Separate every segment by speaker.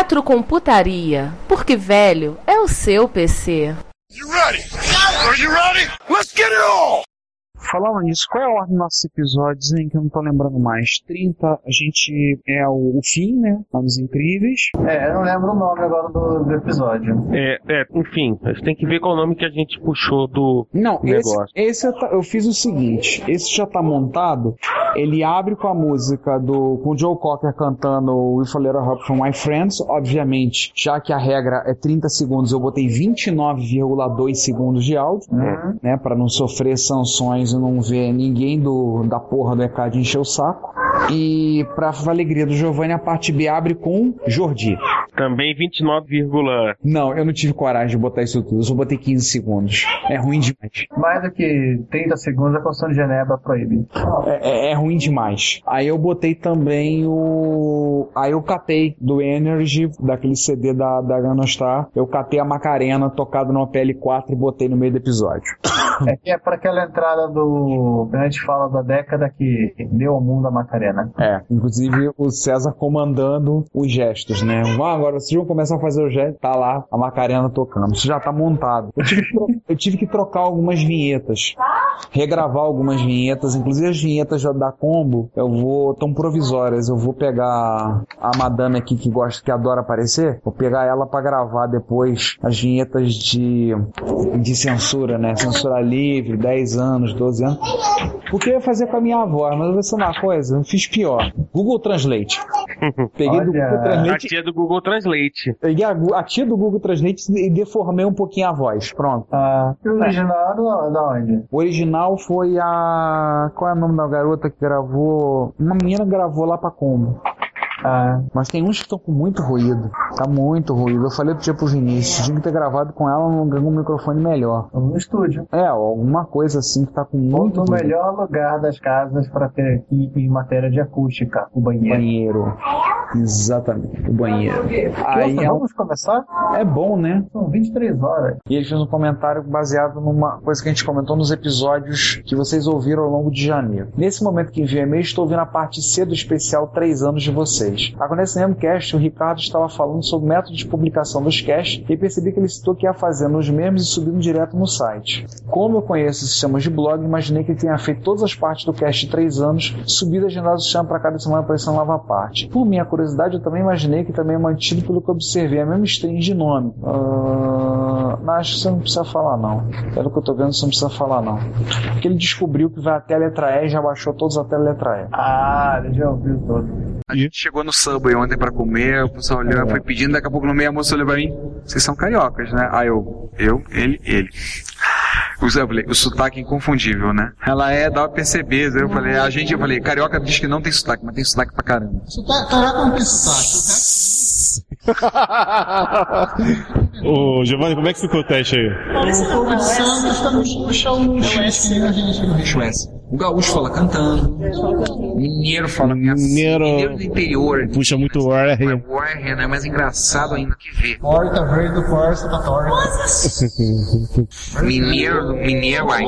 Speaker 1: Retrocomputaria, porque velho é o seu PC.
Speaker 2: You ready? Are you ready? Let's get it on!
Speaker 3: Falando nisso, qual é a ordem dos nossos episódios, hein? Que eu não tô lembrando mais. 30, a gente é o, o fim, né? Anos Incríveis.
Speaker 4: É, eu não lembro o nome agora do, do episódio.
Speaker 5: É, é, enfim, você tem que ver qual o nome que a gente puxou do.
Speaker 3: Não, esse,
Speaker 5: Negócio.
Speaker 3: esse eu, ta- eu fiz o seguinte: esse já tá montado. Ele abre com a música do. com o Joe Cocker cantando We Follow Hop from My Friends. Obviamente, já que a regra é 30 segundos, eu botei 29,2 segundos de áudio.
Speaker 4: Uhum.
Speaker 3: né, Pra não sofrer sanções e não ver ninguém do da porra do ECAD encher o saco. E pra alegria do Giovanni, a parte B abre com Jordi.
Speaker 5: Também 29,
Speaker 3: Não, eu não tive coragem de botar isso tudo, eu só botei 15 segundos. É ruim demais.
Speaker 4: Mais do que 30 segundos, a Constituição de Genebra proíbe.
Speaker 3: É, é- é ruim demais. Aí eu botei também o. Aí eu catei do Energy, daquele CD da, da Ganostar. Eu catei a Macarena tocada no PL4 e botei no meio do episódio.
Speaker 4: É que é para aquela entrada do. que a gente fala da década que deu ao mundo a Macarena.
Speaker 3: É, inclusive o César comandando os gestos, né? Vão agora, vocês vão começar a fazer o gesto, tá lá a Macarena tocando. Isso já tá montado. Eu tive, que tro- eu tive que trocar algumas vinhetas, regravar algumas vinhetas, inclusive as vinhetas já da combo, eu vou, tão provisórias, eu vou pegar a madame aqui que gosta, que adora aparecer, vou pegar ela pra gravar depois as vinhetas de, de censura, né? Censura livre, 10 anos, 12 anos. Porque eu ia fazer com a minha avó, mas eu vou ser uma coisa, eu fiz pior. Google Translate. Peguei do
Speaker 4: Olha.
Speaker 3: Google
Speaker 5: A
Speaker 3: Translate,
Speaker 5: tia do Google Translate.
Speaker 3: peguei a, gu- a tia do Google Translate e deformei um pouquinho a voz. Pronto.
Speaker 4: Ah, e o original do- da onde?
Speaker 3: O original foi a. Qual é o nome da garota que gravou? Uma menina gravou lá pra Combo.
Speaker 4: Ah,
Speaker 3: Mas tem uns que estão com muito ruído. Tá muito ruído. Eu falei pro dia pro Vinícius, tinha que ter gravado com ela num num microfone melhor.
Speaker 4: no estúdio.
Speaker 3: É, alguma coisa assim que tá com muito
Speaker 4: no
Speaker 3: ruído.
Speaker 4: melhor lugar das casas para ter aqui em matéria de acústica, o banheiro.
Speaker 3: Banheiro. Exatamente, o banheiro. Aí
Speaker 4: Nossa,
Speaker 3: é, um-
Speaker 4: vamos começar?
Speaker 3: é bom, né?
Speaker 4: São 23 horas.
Speaker 3: E ele fez um comentário baseado numa coisa que a gente comentou nos episódios que vocês ouviram ao longo de janeiro. Nesse momento que envio e-mail, estou ouvindo a parte C do especial 3 anos de vocês. Acontece mesmo cast, o Ricardo estava falando sobre o método de publicação dos casts e percebi que ele citou que ia fazendo os mesmos e subindo direto no site. Como eu conheço os sistemas de blog, imaginei que ele tenha feito todas as partes do cast de 3 anos, subido e agendado o sistema para cada semana aparecendo nova parte. Por minha curiosidade, eu também imaginei que também é mantido pelo que observei, a mesma string de nome. Ah, mas acho que você não precisa falar não. Pelo que eu tô vendo, você não precisa falar não. Porque ele descobriu que vai até a letra E e já baixou todos até a letra E.
Speaker 4: Ah, ele já ouviu todo.
Speaker 6: A gente chegou no Subway ontem pra comer, o pessoal olhou,
Speaker 3: É.
Speaker 6: foi pedindo, daqui a pouco no meio a moça olhou pra mim, vocês são cariocas, né? Aí eu, eu, ele, ele. O Zé, eu falei, o sotaque é inconfundível, né? Ela é, dá pra perceber. Zé. Eu falei, a gente, eu falei, carioca diz que não tem sotaque, mas tem sotaque pra caramba.
Speaker 7: Ô, Giovanni, como é que ficou o teste aí?
Speaker 6: Suécia. O gaúcho fala cantando, mineiro fala
Speaker 7: Mineiro-
Speaker 6: mineiro do interior.
Speaker 7: Puxa muito ar
Speaker 6: É
Speaker 7: aí.
Speaker 6: Warren, é mais engraçado ainda que ver.
Speaker 4: Porta verde do Força da Torre.
Speaker 6: Mineiro, mineiro aí.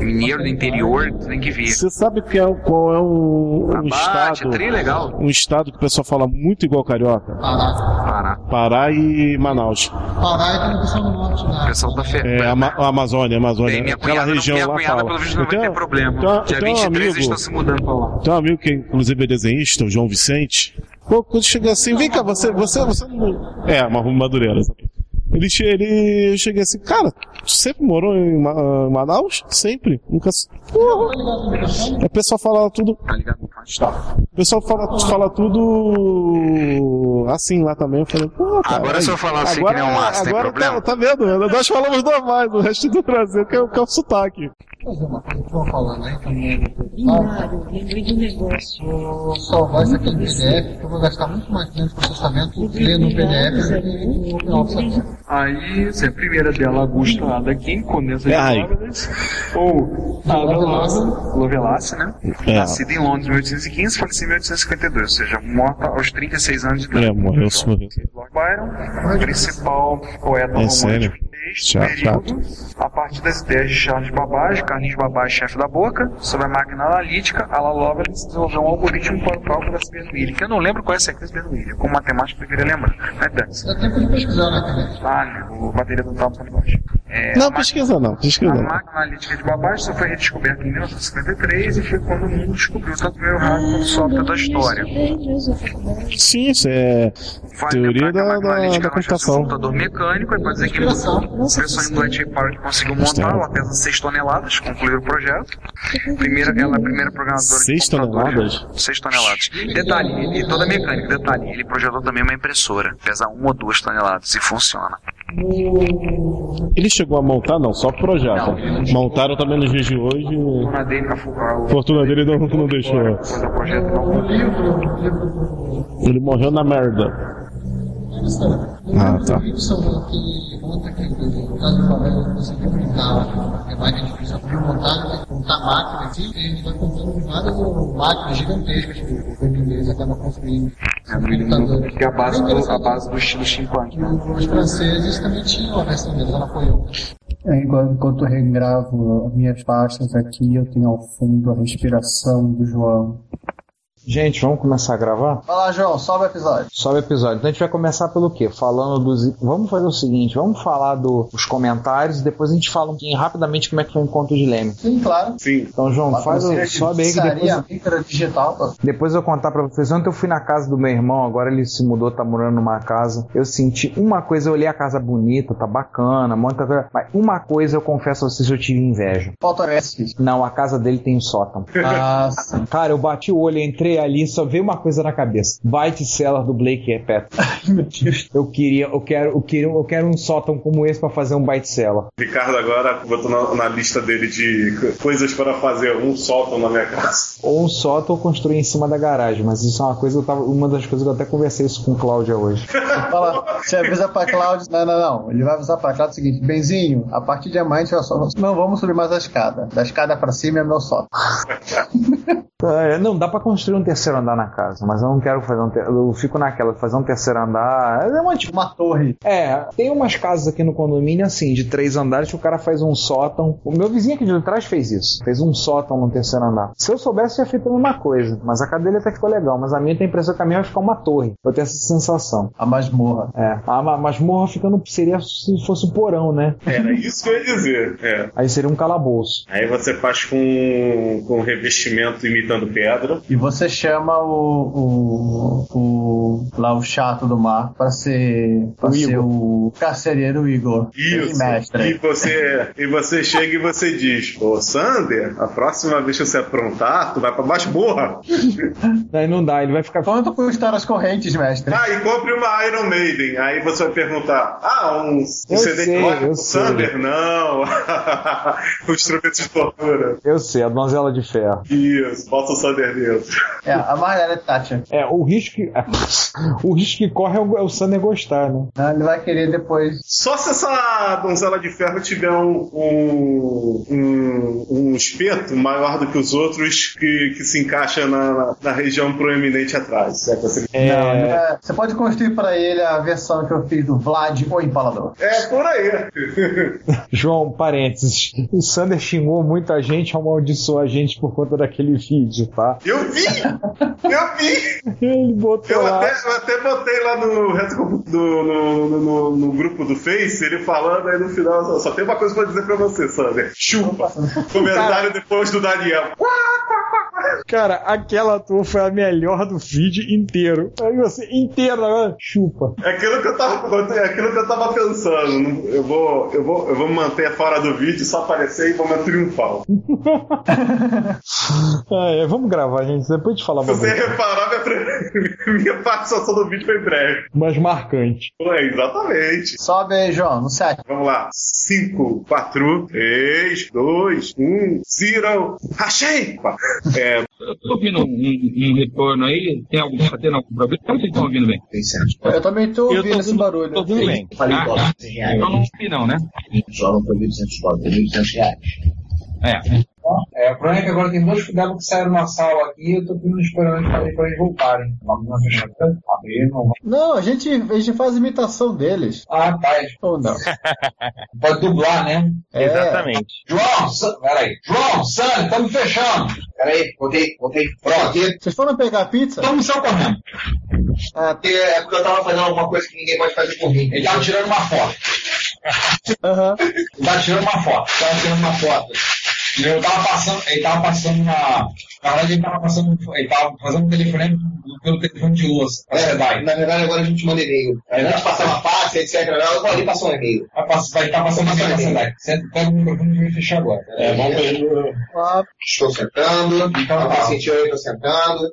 Speaker 6: Mineiro do interior, tu tem que vir.
Speaker 5: Você sabe que é, um- qual é um, um
Speaker 6: Abate, é
Speaker 5: estado.
Speaker 6: tri legal.
Speaker 5: Um estado que o pessoal fala muito igual carioca?
Speaker 4: Pará.
Speaker 6: Pará.
Speaker 5: Pará e Manaus.
Speaker 4: Pará é como o pessoal do né? norte
Speaker 6: O
Speaker 4: da
Speaker 6: pessoal tá ferrado.
Speaker 5: É, a, Ma- a Amazônia, a Amazônia.
Speaker 6: Bem, minha
Speaker 5: Aquela
Speaker 6: cunhada, não-
Speaker 5: região
Speaker 6: minha
Speaker 5: lá
Speaker 6: cunhada
Speaker 5: fala.
Speaker 6: pelo visto não vai
Speaker 5: Então-
Speaker 6: ter problema.
Speaker 5: então-
Speaker 6: Dia
Speaker 5: então,
Speaker 6: 23 eles
Speaker 5: amigo-
Speaker 6: estão se mudando pra lá.
Speaker 5: Tem um amigo que inclusive é desenhista, o João Vicente. Pô, quando chega assim, vem cá, você, você, você não. É, uma madureira. Ele, che- ele chega assim, cara, tu sempre morou em Ma- Manaus? Sempre. Nunca. Porra. Aí O pessoal fala tudo.
Speaker 6: Tá ligado?
Speaker 5: O pessoal fala, fala tudo assim lá também. Eu falei, pô, cara,
Speaker 6: Agora
Speaker 5: aí.
Speaker 6: se eu falar assim que nem o Márcio, tem
Speaker 5: agora
Speaker 6: problema?
Speaker 5: Tá, tá vendo? Nós falamos normais, o resto do Brasil que é o, que é o sotaque.
Speaker 4: fazer uma coisa que eu tô falando aí também. Binário, eu lembrei de um negócio. Vou salvar isso aqui no PDF, que eu vou gastar muito mais tempo com processamento lendo o PDF do que no Open Office agora.
Speaker 8: Aí, se a primeira dela, Augusto Ada Kim, condensa de
Speaker 5: Ai.
Speaker 8: Lóvelas, ou Ada Lóvelas, Lovelace, né?
Speaker 5: É,
Speaker 6: Nascido em Londres em 1815, falecido em 1852, ou seja, morta aos 36 anos de idade.
Speaker 5: é morreu, morreu.
Speaker 6: Lord Byron, principal poeta
Speaker 5: É sério? tá.
Speaker 6: romântico deste
Speaker 5: Chato,
Speaker 6: período, a partir das ideias de Charles Babbage, Carlinhos Babbage, chefe da boca, sobre a máquina analítica, Alan Lovelace desenvolveu um algoritmo para o cálculo da Sbermilha, que eu não lembro qual é essa Sbermilha, como matemático eu deveria lembrar, mas dane-se.
Speaker 4: Dá tempo de pesquisar né, na internet.
Speaker 6: Ah, o bateria do Thompson Bosch. É, a
Speaker 5: Não,
Speaker 6: máquina-
Speaker 5: pesquisa não, pesquisa
Speaker 6: a
Speaker 5: não.
Speaker 6: máquina analítica de Babbage só foi redescoberta em 1953 e foi quando o mundo descobriu tanto o primeiro hardware quanto o software da história.
Speaker 5: Sim, isso é.
Speaker 6: Vale
Speaker 5: Teoria
Speaker 6: lembrar que a
Speaker 5: da-
Speaker 6: máquina
Speaker 5: da-
Speaker 6: analítica
Speaker 5: da
Speaker 6: ela chama-se
Speaker 5: computação.
Speaker 6: Um computador mecânico, e pode dizer que o pessoal em Bletchley Park conseguiu montar
Speaker 5: Estranho.
Speaker 6: ela pesa 6 toneladas, concluir o projeto. Primeira, ela é a primeira programadora
Speaker 5: Seis
Speaker 6: de computadores.
Speaker 5: toneladas?
Speaker 6: 6 toneladas. Detalhe, ele, toda a mecânica, detalhe, ele projetou também uma impressora, pesa 1 ou 2 toneladas e funciona.
Speaker 5: Ele chegou a montar, não, só projeto. Montaram também nos dias de hoje.
Speaker 6: Fortuna dele, a, fu- a,
Speaker 5: A
Speaker 6: o-
Speaker 5: fortuna dele é não, não deixou.
Speaker 6: depois do projeto não
Speaker 5: Ele morreu na merda. Ah, tá.
Speaker 4: Gibson, um que conta que o caso de favela conseguiu montar é a máquina de prisão, viu montar, né, montar máquinas, e a gente vai comprando várias ó, máquinas gigantescas que o governo inglês acaba construindo.
Speaker 6: é muito- muito- que é a base do, a base do estilo steampunk, né?
Speaker 4: Os franceses também tinham a versão deles, ela foi outra.
Speaker 9: É, Enquanto, enquanto eu regravo as minhas pastas aqui, eu tenho ao fundo a respiração do João.
Speaker 3: Gente, vamos começar a gravar?
Speaker 4: Vai lá, João, sobe o episódio.
Speaker 3: Só o episódio. Então a gente vai começar pelo quê? Falando dos. Vamos fazer o seguinte: vamos falar do- dos comentários e depois a gente fala um pouquinho rapidamente como é que foi o encontro de Leme.
Speaker 4: Sim, claro.
Speaker 3: Então, João, faz o... sobe aí que depois.
Speaker 4: Pizzaria Micra um Digital. pô.
Speaker 3: Depois eu contar pra vocês. Ontem eu fui na casa do meu irmão, agora ele se mudou, tá morando numa casa. Eu senti uma coisa, eu olhei a casa bonita, tá bacana, muita coisa. Mas uma coisa eu confesso a vocês, eu tive inveja.
Speaker 4: Falta S.
Speaker 3: Não, a casa dele tem um sótão.
Speaker 4: Ah,
Speaker 3: Cara, eu bati o olho, entrei ali, só veio uma coisa na cabeça. White Cellar do Blake Repet.
Speaker 4: meu Deus.
Speaker 3: Eu queria, eu quero, eu queria, eu quero um sótão como esse pra fazer um White Cellar.
Speaker 10: Ricardo agora botou na, na lista dele de co- coisas para fazer. Um sótão na minha casa.
Speaker 3: Ou um sótão eu construir em cima da garagem, mas isso é uma coisa que eu tava, uma das coisas que eu até conversei isso com o Cláudia hoje.
Speaker 4: Fala, você avisa pra Cláudio. Não, não, não. Ele vai avisar pra Cláudio o seguinte: Benzinho, a partir de amanhã a gente vai só. Não vamos subir mais a escada. Da escada pra cima é meu só.
Speaker 3: É, Não, dá pra construir um terceiro andar na casa, mas eu não quero fazer um ter... Eu fico naquela, fazer um terceiro andar. É, uma, tipo-
Speaker 4: Uma torre.
Speaker 3: é, tem umas casas aqui no condomínio, assim, de três andares, que o cara faz um sótão. O meu vizinho aqui de trás fez isso. Fez um sótão no terceiro andar. Se eu soubesse, eu ia feito a mesma coisa. Mas a cadeira até ficou legal. Mas a minha tem a impressão que a minha vai ficar uma torre. Eu tenho essa sensação.
Speaker 4: A masmorra.
Speaker 3: É. A ma- masmorra ficando seria se fosse um porão, né?
Speaker 10: Era isso que eu ia dizer. É.
Speaker 3: Aí seria um calabouço.
Speaker 10: Aí você faz com, com revestimento imitando pedra.
Speaker 9: E você chama o, o, o lá o chato do mar pra ser, pra
Speaker 3: O
Speaker 9: ser o carcereiro Igor. Ele
Speaker 10: Isso. E
Speaker 9: mestre.
Speaker 10: você, e você chega e você diz: Ô Sander, a próxima vez que você aprontar, tu vai pra masmorra.
Speaker 3: Aí não dá, ele vai ficar.
Speaker 4: Quanto custaram as correntes, mestre?
Speaker 10: Ah, e compre uma Iron Maiden. Aí você vai perguntar: Ah, um, um
Speaker 3: Eu
Speaker 10: CD
Speaker 3: sei,
Speaker 10: de rock
Speaker 3: eu
Speaker 10: do
Speaker 3: sei.
Speaker 10: Sander? Não. Os instrumentos de tortura.
Speaker 3: Eu sei, a donzela de ferro.
Speaker 10: Isso. Isso, bota o Sander dentro.
Speaker 4: É, a Margaret Thatcher.
Speaker 3: É, o risco que, o risco que corre é o, é o Sander gostar, né?
Speaker 4: Não, ele vai querer depois.
Speaker 10: Só se essa donzela de ferro tiver um, um, um, um espeto maior do que os outros que, que se encaixa na, na- na região proeminente atrás. Se é que você-
Speaker 4: Não,
Speaker 11: né?
Speaker 4: não é- Você pode construir pra ele a versão que eu fiz do Vlad ou Empalador.
Speaker 10: É por aí.
Speaker 3: João, parênteses. O Sander xingou muita gente, amaldiçoou a gente por conta daquele vídeo, tá?
Speaker 10: Eu vi! Eu vi!
Speaker 3: Ele botou
Speaker 10: Eu
Speaker 3: lá.
Speaker 10: até, eu até botei lá no, retro- do- no, no- no- no grupo do Face, ele falando, aí no final só, só tem uma coisa pra dizer pra você, Sander. Chupa! Comentário depois do Daniel.
Speaker 3: Cara, aquela tua foi a melhor do vídeo inteiro. Aí você, inteiro, agora, chupa.
Speaker 10: É aquilo que eu tava, é aquilo que eu tava pensando. Não- Eu vou, eu, vou, eu vou me manter fora do vídeo, só aparecer em momento triunfal.
Speaker 3: Ah, é, vamos gravar, gente. Depois te falar
Speaker 10: Se você
Speaker 3: mais.
Speaker 10: reparar, minha, pre- minha participação do vídeo foi breve.
Speaker 3: Mas marcante.
Speaker 10: É, exatamente.
Speaker 4: Sobe aí, João, no site.
Speaker 10: Vamos lá. 5, 4, 3, 2, 1, zero. Achei! É,
Speaker 12: Eu tô ouvindo um, um- um retorno aí, tem algum, tá tendo algum problema? Como vocês estão ouvindo bem?
Speaker 4: Eu também tô ouvindo esse barulho.
Speaker 12: Falei, ah, tá.
Speaker 5: É.
Speaker 4: é.
Speaker 12: Eu não ouvi não, né?
Speaker 11: Joga por 1.200 dólares, 1.200 reais.
Speaker 12: É.
Speaker 11: É, o problema é que agora tem dois cuidados que saíram na sala aqui e eu tô pedindo esperando pra eles, pra eles voltarem. Uma fechada, abrindo.
Speaker 4: Não, a gente, a gente faz imitação deles.
Speaker 11: Ah, tá.
Speaker 4: Ou não?
Speaker 11: Pode dublar, né?
Speaker 4: É. Exatamente.
Speaker 11: João, San... peraí. João, Sam, estamos fechando. Peraí, botei, botei. Pronto.
Speaker 4: Vocês foram pegar pizza?
Speaker 11: Estamos só Então, correndo. Ah, tem- é porque eu tava fazendo alguma coisa que ninguém pode fazer por mim. Ele tava tirando uma foto.
Speaker 4: Aham.
Speaker 11: Ele tava tirando uma foto. Tava tirando uma foto. E eu tava passando, ele tava passando uma. Na verdade, ele tava passando. Ele tava fazendo um telefonema pelo telefone de louça. É, Na verdade, agora a gente manda e-mail. Antes de passar uma fax, etc. Eu ali passou um e-mail. Vai passar, vai estar passando uma fax. Senta, pega o microfone e vai fechar agora. É, vamos ver. Estou sentando. Então, tá. Sentiu eu estou sentando.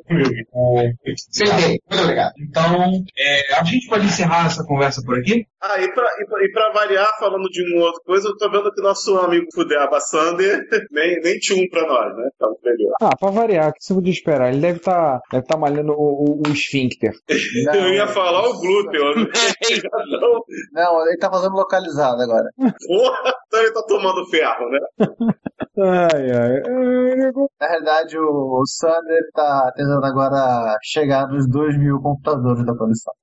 Speaker 11: Sentei. Muito obrigado. Então, é, a gente pode encerrar essa conversa por aqui?
Speaker 10: Ah, e pra, e, pra, e pra variar, falando de uma outra coisa, eu tô vendo que nosso amigo Fudeba Sander nem, nem tinha um pra nós, né? Tá melhor.
Speaker 3: Ah, pra variar, o que você podia esperar? Ele deve estar deve tá malhando o, o, o esfíncter.
Speaker 10: Eu ia falar o glúteo. né? Então,
Speaker 4: Não, ele tá fazendo localizado agora.
Speaker 10: Porra, então ele tá tomando ferro, né?
Speaker 3: Ai, ai.
Speaker 4: Na realidade, o, o Sander tá tentando agora chegar nos 2 mil computadores da produção.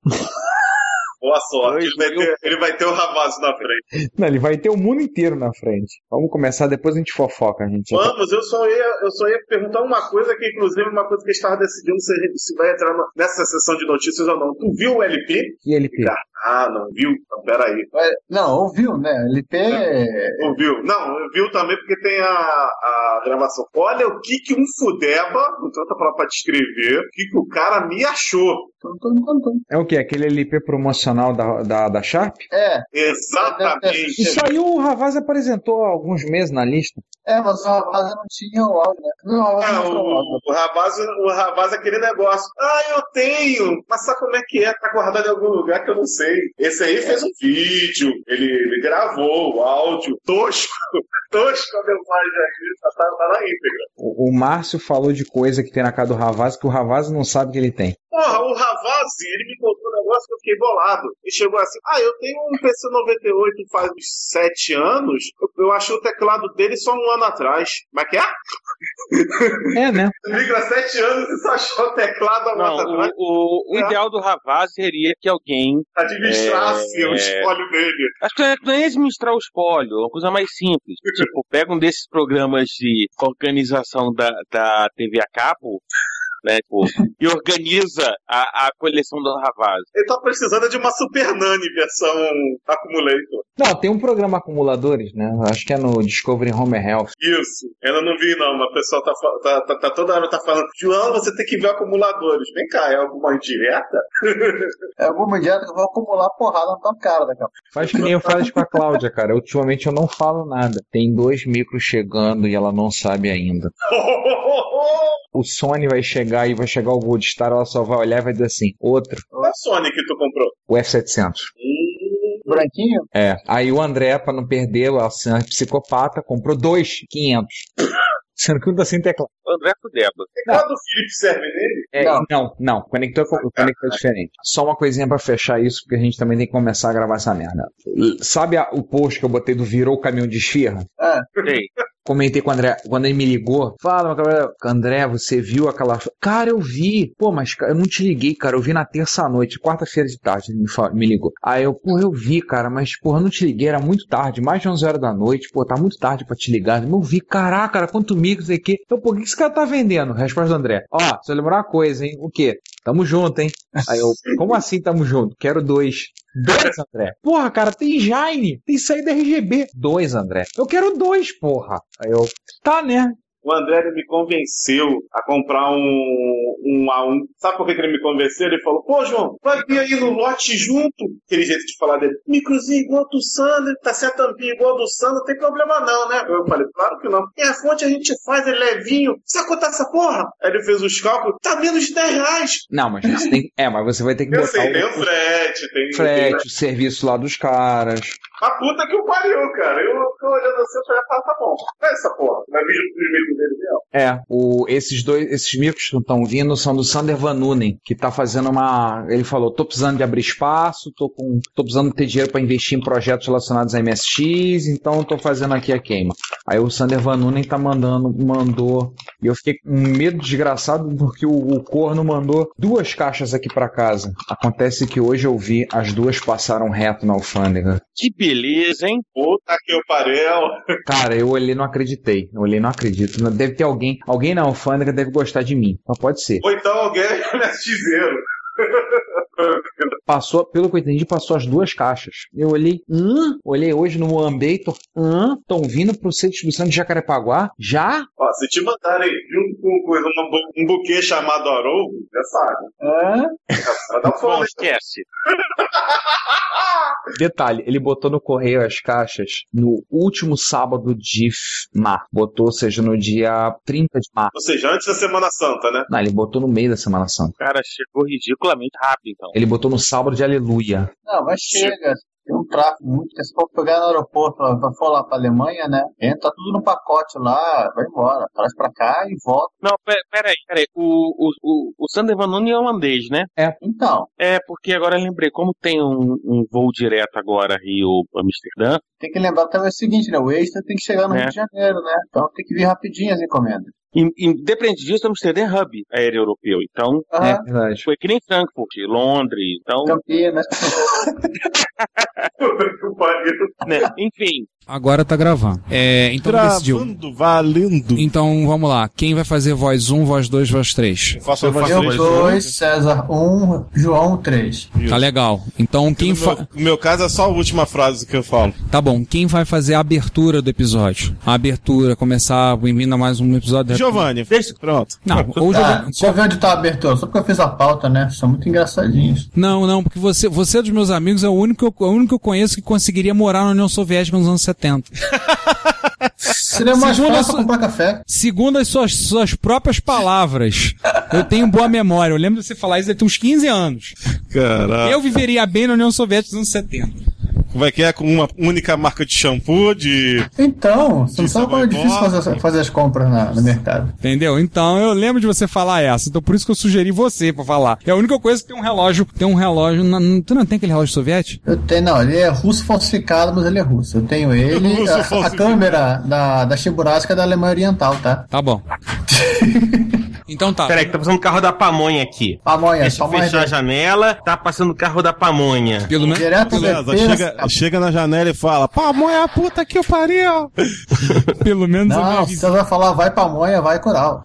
Speaker 10: Boa sorte. Ele vai, ter, ele vai ter o Ravazo na frente.
Speaker 3: Não, ele vai ter o mundo inteiro na frente. Vamos começar, depois a gente fofoca, gente.
Speaker 10: Vamos, eu só ia, eu só ia perguntar uma coisa que, inclusive, uma coisa que a gente estava decidindo se, a gente- se vai entrar na- nessa sessão de notícias ou não. Tu viu o LP?
Speaker 3: Que LP?
Speaker 10: Ah, não viu? Então, peraí.
Speaker 4: Não, ouviu, né? é- LP.
Speaker 10: Ouviu? Não, viu também porque tem a, a gravação. Olha o que que um fudeba, não tanta palavra pra descrever, o que que o cara me achou.
Speaker 3: É o quê? Aquele LP promocional da, da, da Sharp?
Speaker 4: É.
Speaker 10: Exatamente.
Speaker 3: Isso aí o Ravaz apresentou há alguns meses na lista.
Speaker 4: É, mas o rapaz não tinha o áudio, né? Não, o áudio
Speaker 10: Ah,
Speaker 4: não tinha o áudio.
Speaker 10: o, o, Rabaz, o Rabaz é aquele negócio. Ah, eu tenho! Mas sabe como é que é? Tá guardado em algum lugar que eu não sei. Esse aí fez um vídeo, ele, ele gravou o áudio, tosco, tosco a mensagem aqui, tá, tá, tá na íntegra.
Speaker 3: O, o Márcio falou de coisa que tem na casa do Ravaz que o Ravaz não sabe que ele tem.
Speaker 10: Porra, o Ravazzi, ele me contou um negócio que eu fiquei bolado. Ele chegou assim, ah, eu tenho um PC 98 faz uns 7 anos, eu, eu achei o teclado dele só um ano atrás. Mas que é?
Speaker 3: É, né?
Speaker 10: Liga 7 anos e só achou o teclado há um ano
Speaker 5: Não,
Speaker 10: atrás.
Speaker 5: o, o, o ideal do Ravaz seria que alguém.
Speaker 10: Administrasse
Speaker 5: é,
Speaker 10: assim, o espólio dele.
Speaker 5: Acho que não é- não é administrar o espólio, é uma coisa mais simples. Tipo, pega um desses programas de organização da, da TV a cabo, né? Tipo, e organiza a, a coleção do Ravaz.
Speaker 10: Ele tá precisando de uma Super Nani versão Accumulator.
Speaker 3: Não, tem um programa Acumuladores, né? Acho que é no Discovery Home Health.
Speaker 10: Isso. Ela não vi, não. Mas o pessoal tá, fa- tá, tá, tá toda hora tá falando, João, você tem que ver acumuladores. Vem cá, é alguma indireta?
Speaker 4: É alguma dieta que eu vou acumular porrada na tua cara daqui a pouco.
Speaker 3: Faz que nem eu falo isso com a Cláudia, cara. Ultimamente eu não falo nada. Tem dois micros chegando e ela não sabe ainda. O Sony vai chegar e vai chegar o Goldstar, ela só vai olhar e vai dizer assim: outro,
Speaker 10: Qual é a Sony que tu comprou? Hum,
Speaker 3: o F700.
Speaker 4: Branquinho?
Speaker 3: É. Aí o André, pra não perder, o Alcione é psicopata, comprou dois 500.
Speaker 13: Sendo que um tá sem teclado.
Speaker 5: André Fudeba.
Speaker 10: Teclado do Philip serve nele?
Speaker 3: É, não. não, não. Conector, o conector é diferente. Só uma coisinha pra fechar isso, porque a gente também tem que começar a gravar essa merda. Sabe a- o post que eu botei do virou o caminhão de esfirra?
Speaker 10: Ah,
Speaker 3: Comentei com o André, quando ele me ligou, fala, Gabriel, André, você viu aquela. Cara, eu vi. Pô, mas cara, eu não te liguei, cara. Eu vi na terça-noite, quarta-feira de tarde, ele me, fa- me ligou. Aí eu, pô, eu vi, cara, mas, porra, eu não te liguei, era muito tarde, mais de 11 horas da noite, pô, tá muito tarde pra te ligar. Eu vi, caraca, cara, quanto mico, sei o quê. Eu, pô, o que esse cara tá vendendo? Resposta do André. Ó, você lembrar uma coisa, hein? O quê? Tamo junto, hein? Aí eu, como assim tamo junto? Quero dois. Dois, André. Porra, cara, tem Jaine, tem saída RGB. Dois, André. Eu quero dois, porra. Aí eu, tá, né?
Speaker 10: O André ele me convenceu a comprar um, um A1. Sabe por que que ele me convenceu? Ele falou, pô, João, vai vir aí no lote junto. Aquele jeito de falar dele. Microzinho igual do Sandro, tá sem a tampinha igual do Sandro, não tem problema não, né? Eu falei, claro que não. E a fonte a gente faz, é levinho. Sabe quanto é essa porra? Aí ele fez os cálculos, tá menos de 10 reais.
Speaker 3: Não, mas você tem. É, mas você vai ter que
Speaker 10: Eu
Speaker 3: botar
Speaker 10: sei, tem o
Speaker 3: o
Speaker 10: frete, tem...
Speaker 3: frete, o serviço lá dos caras.
Speaker 10: A puta que o pariu, cara. Eu tô olhando assim, eu falei, tá, tá bom. É essa porra. Vai vir junto com os amigos dele, né?
Speaker 3: É, o, esses dois, esses micros que estão vindo são do Sander Van Nunen, que tá fazendo uma. Ele falou: tô precisando de abrir espaço, tô com. tô precisando ter dinheiro para investir em projetos relacionados a MSX, então tô fazendo aqui a queima. Aí o Sander Van Nunen tá mandando, mandou. E eu fiquei com um medo desgraçado porque o, o corno mandou duas caixas aqui para casa. Acontece que hoje eu vi, as duas passaram reto na alfândega.
Speaker 5: Que beleza, hein?
Speaker 10: Puta que o pariu.
Speaker 3: Cara, eu olhei e não acreditei. Eu olhei e não acredito. Deve ter alguém. Alguém na alfândega deve gostar de mim. Mas pode ser.
Speaker 10: Ou então alguém é MSXero.
Speaker 3: Passou, pelo que eu entendi, passou as duas caixas. Eu olhei, hã? Olhei hoje no Ambator, hã? Estão vindo pro centro de distribuição de Jacarepaguá? Já?
Speaker 10: Ó, se te mandarem junto com coisa, uma bu- um buquê chamado Haroldo, já sabe.
Speaker 3: Hã?
Speaker 10: Vai dar fome.
Speaker 5: esquece.
Speaker 3: Detalhe, ele botou no correio as caixas no último sábado de f- março. Botou, ou seja, no dia 30 de março.
Speaker 10: Ou seja, antes da Semana Santa, né?
Speaker 3: Não, ele botou no meio da Semana Santa.
Speaker 5: Cara, chegou ridiculamente rápido, então.
Speaker 3: Ele botou no sábado de Aleluia.
Speaker 4: Não, mas chega. Tem um tráfego muito. Se for pegar no aeroporto, lá, pra- for lá pra Alemanha, né? Entra tudo no pacote lá, vai embora. Traz pra cá e volta.
Speaker 5: Não, pe- peraí, peraí. O, o, o, o Sander Van Nunen é holandês, né?
Speaker 3: É.
Speaker 4: Então.
Speaker 5: É, porque agora eu lembrei, como tem um, um voo direto agora Rio-Amsterdã,
Speaker 4: Tem que lembrar também o seguinte, né? O extra tem que chegar no
Speaker 5: É.
Speaker 4: Rio de Janeiro, né? Então tem que vir rapidinho as encomendas.
Speaker 5: E- Independente disso, Amsterdã é hub aéreo europeu. Então,
Speaker 7: Ah.
Speaker 4: Aham. É
Speaker 3: verdade.
Speaker 5: foi que nem Frankfurt, Londres. Então,
Speaker 4: Campinas.
Speaker 5: né? Enfim,
Speaker 14: Agora tá gravando. É, então
Speaker 7: Gravando,
Speaker 14: decidiu. valendo. Então vamos lá. Quem vai fazer voz 1, voz 2, voz 3?
Speaker 7: Faço
Speaker 4: Eu dois, César um, João três.
Speaker 14: Tá legal. Então quem
Speaker 7: No meu,
Speaker 14: fa...
Speaker 7: no meu caso é só a última frase que eu falo.
Speaker 14: Tá bom, quem vai fazer a abertura do episódio? A abertura, começar, bem-vindo a mais um episódio.
Speaker 7: Giovanni, pronto.
Speaker 14: Não, ou
Speaker 10: é
Speaker 4: Tá,
Speaker 14: Giovanni.
Speaker 4: deixa eu ver onde tá a abertura. Só porque eu fiz a pauta, né? São muito engraçadinhos.
Speaker 14: Não, não, porque você, você dos meus amigos é o único, que eu- é o único que eu conheço que conseguiria morar na União Soviética nos anos 70.
Speaker 4: Seria mais
Speaker 14: Segundo a
Speaker 4: fácil
Speaker 14: sua-
Speaker 4: comprar café.
Speaker 14: Segundo as suas, suas próprias palavras, eu tenho boa memória. Eu lembro de você falar isso deve ter uns 15 anos.
Speaker 7: Caraca.
Speaker 14: Eu viveria bem na União Soviética nos anos 70.
Speaker 7: Como é que é? Com uma única marca de shampoo, de.
Speaker 4: Então, você não sabe como é difícil
Speaker 7: sabor.
Speaker 4: fazer, fazer as compras na- no mercado.
Speaker 14: Entendeu? Então eu lembro de você falar essa. Então por isso que eu sugeri você pra falar. É a única coisa que tem um relógio. Tem um relógio. na- n- tu não tem aquele relógio soviético?
Speaker 4: Eu tenho, não, ele é russo falsificado, mas ele é russo. Eu tenho ele.
Speaker 14: Russo
Speaker 4: a- a,
Speaker 14: falsificado.
Speaker 4: câmera da, da Shiburásica é da Alemanha Oriental, tá?
Speaker 14: Tá bom. Então tá.
Speaker 15: Peraí, que tá passando o carro da pamonha aqui.
Speaker 4: Pamonha,
Speaker 5: É
Speaker 15: Deixa eu
Speaker 4: pamonha
Speaker 15: fechar a
Speaker 4: dele.
Speaker 15: janela, tá passando o carro da pamonha.
Speaker 14: Pelo menos.
Speaker 4: Direto
Speaker 7: César, chega, chega na janela e fala: Pamonha, puta que eu pariu!
Speaker 14: Pelo menos
Speaker 4: Não, você vai falar vai pamonha, vai coral.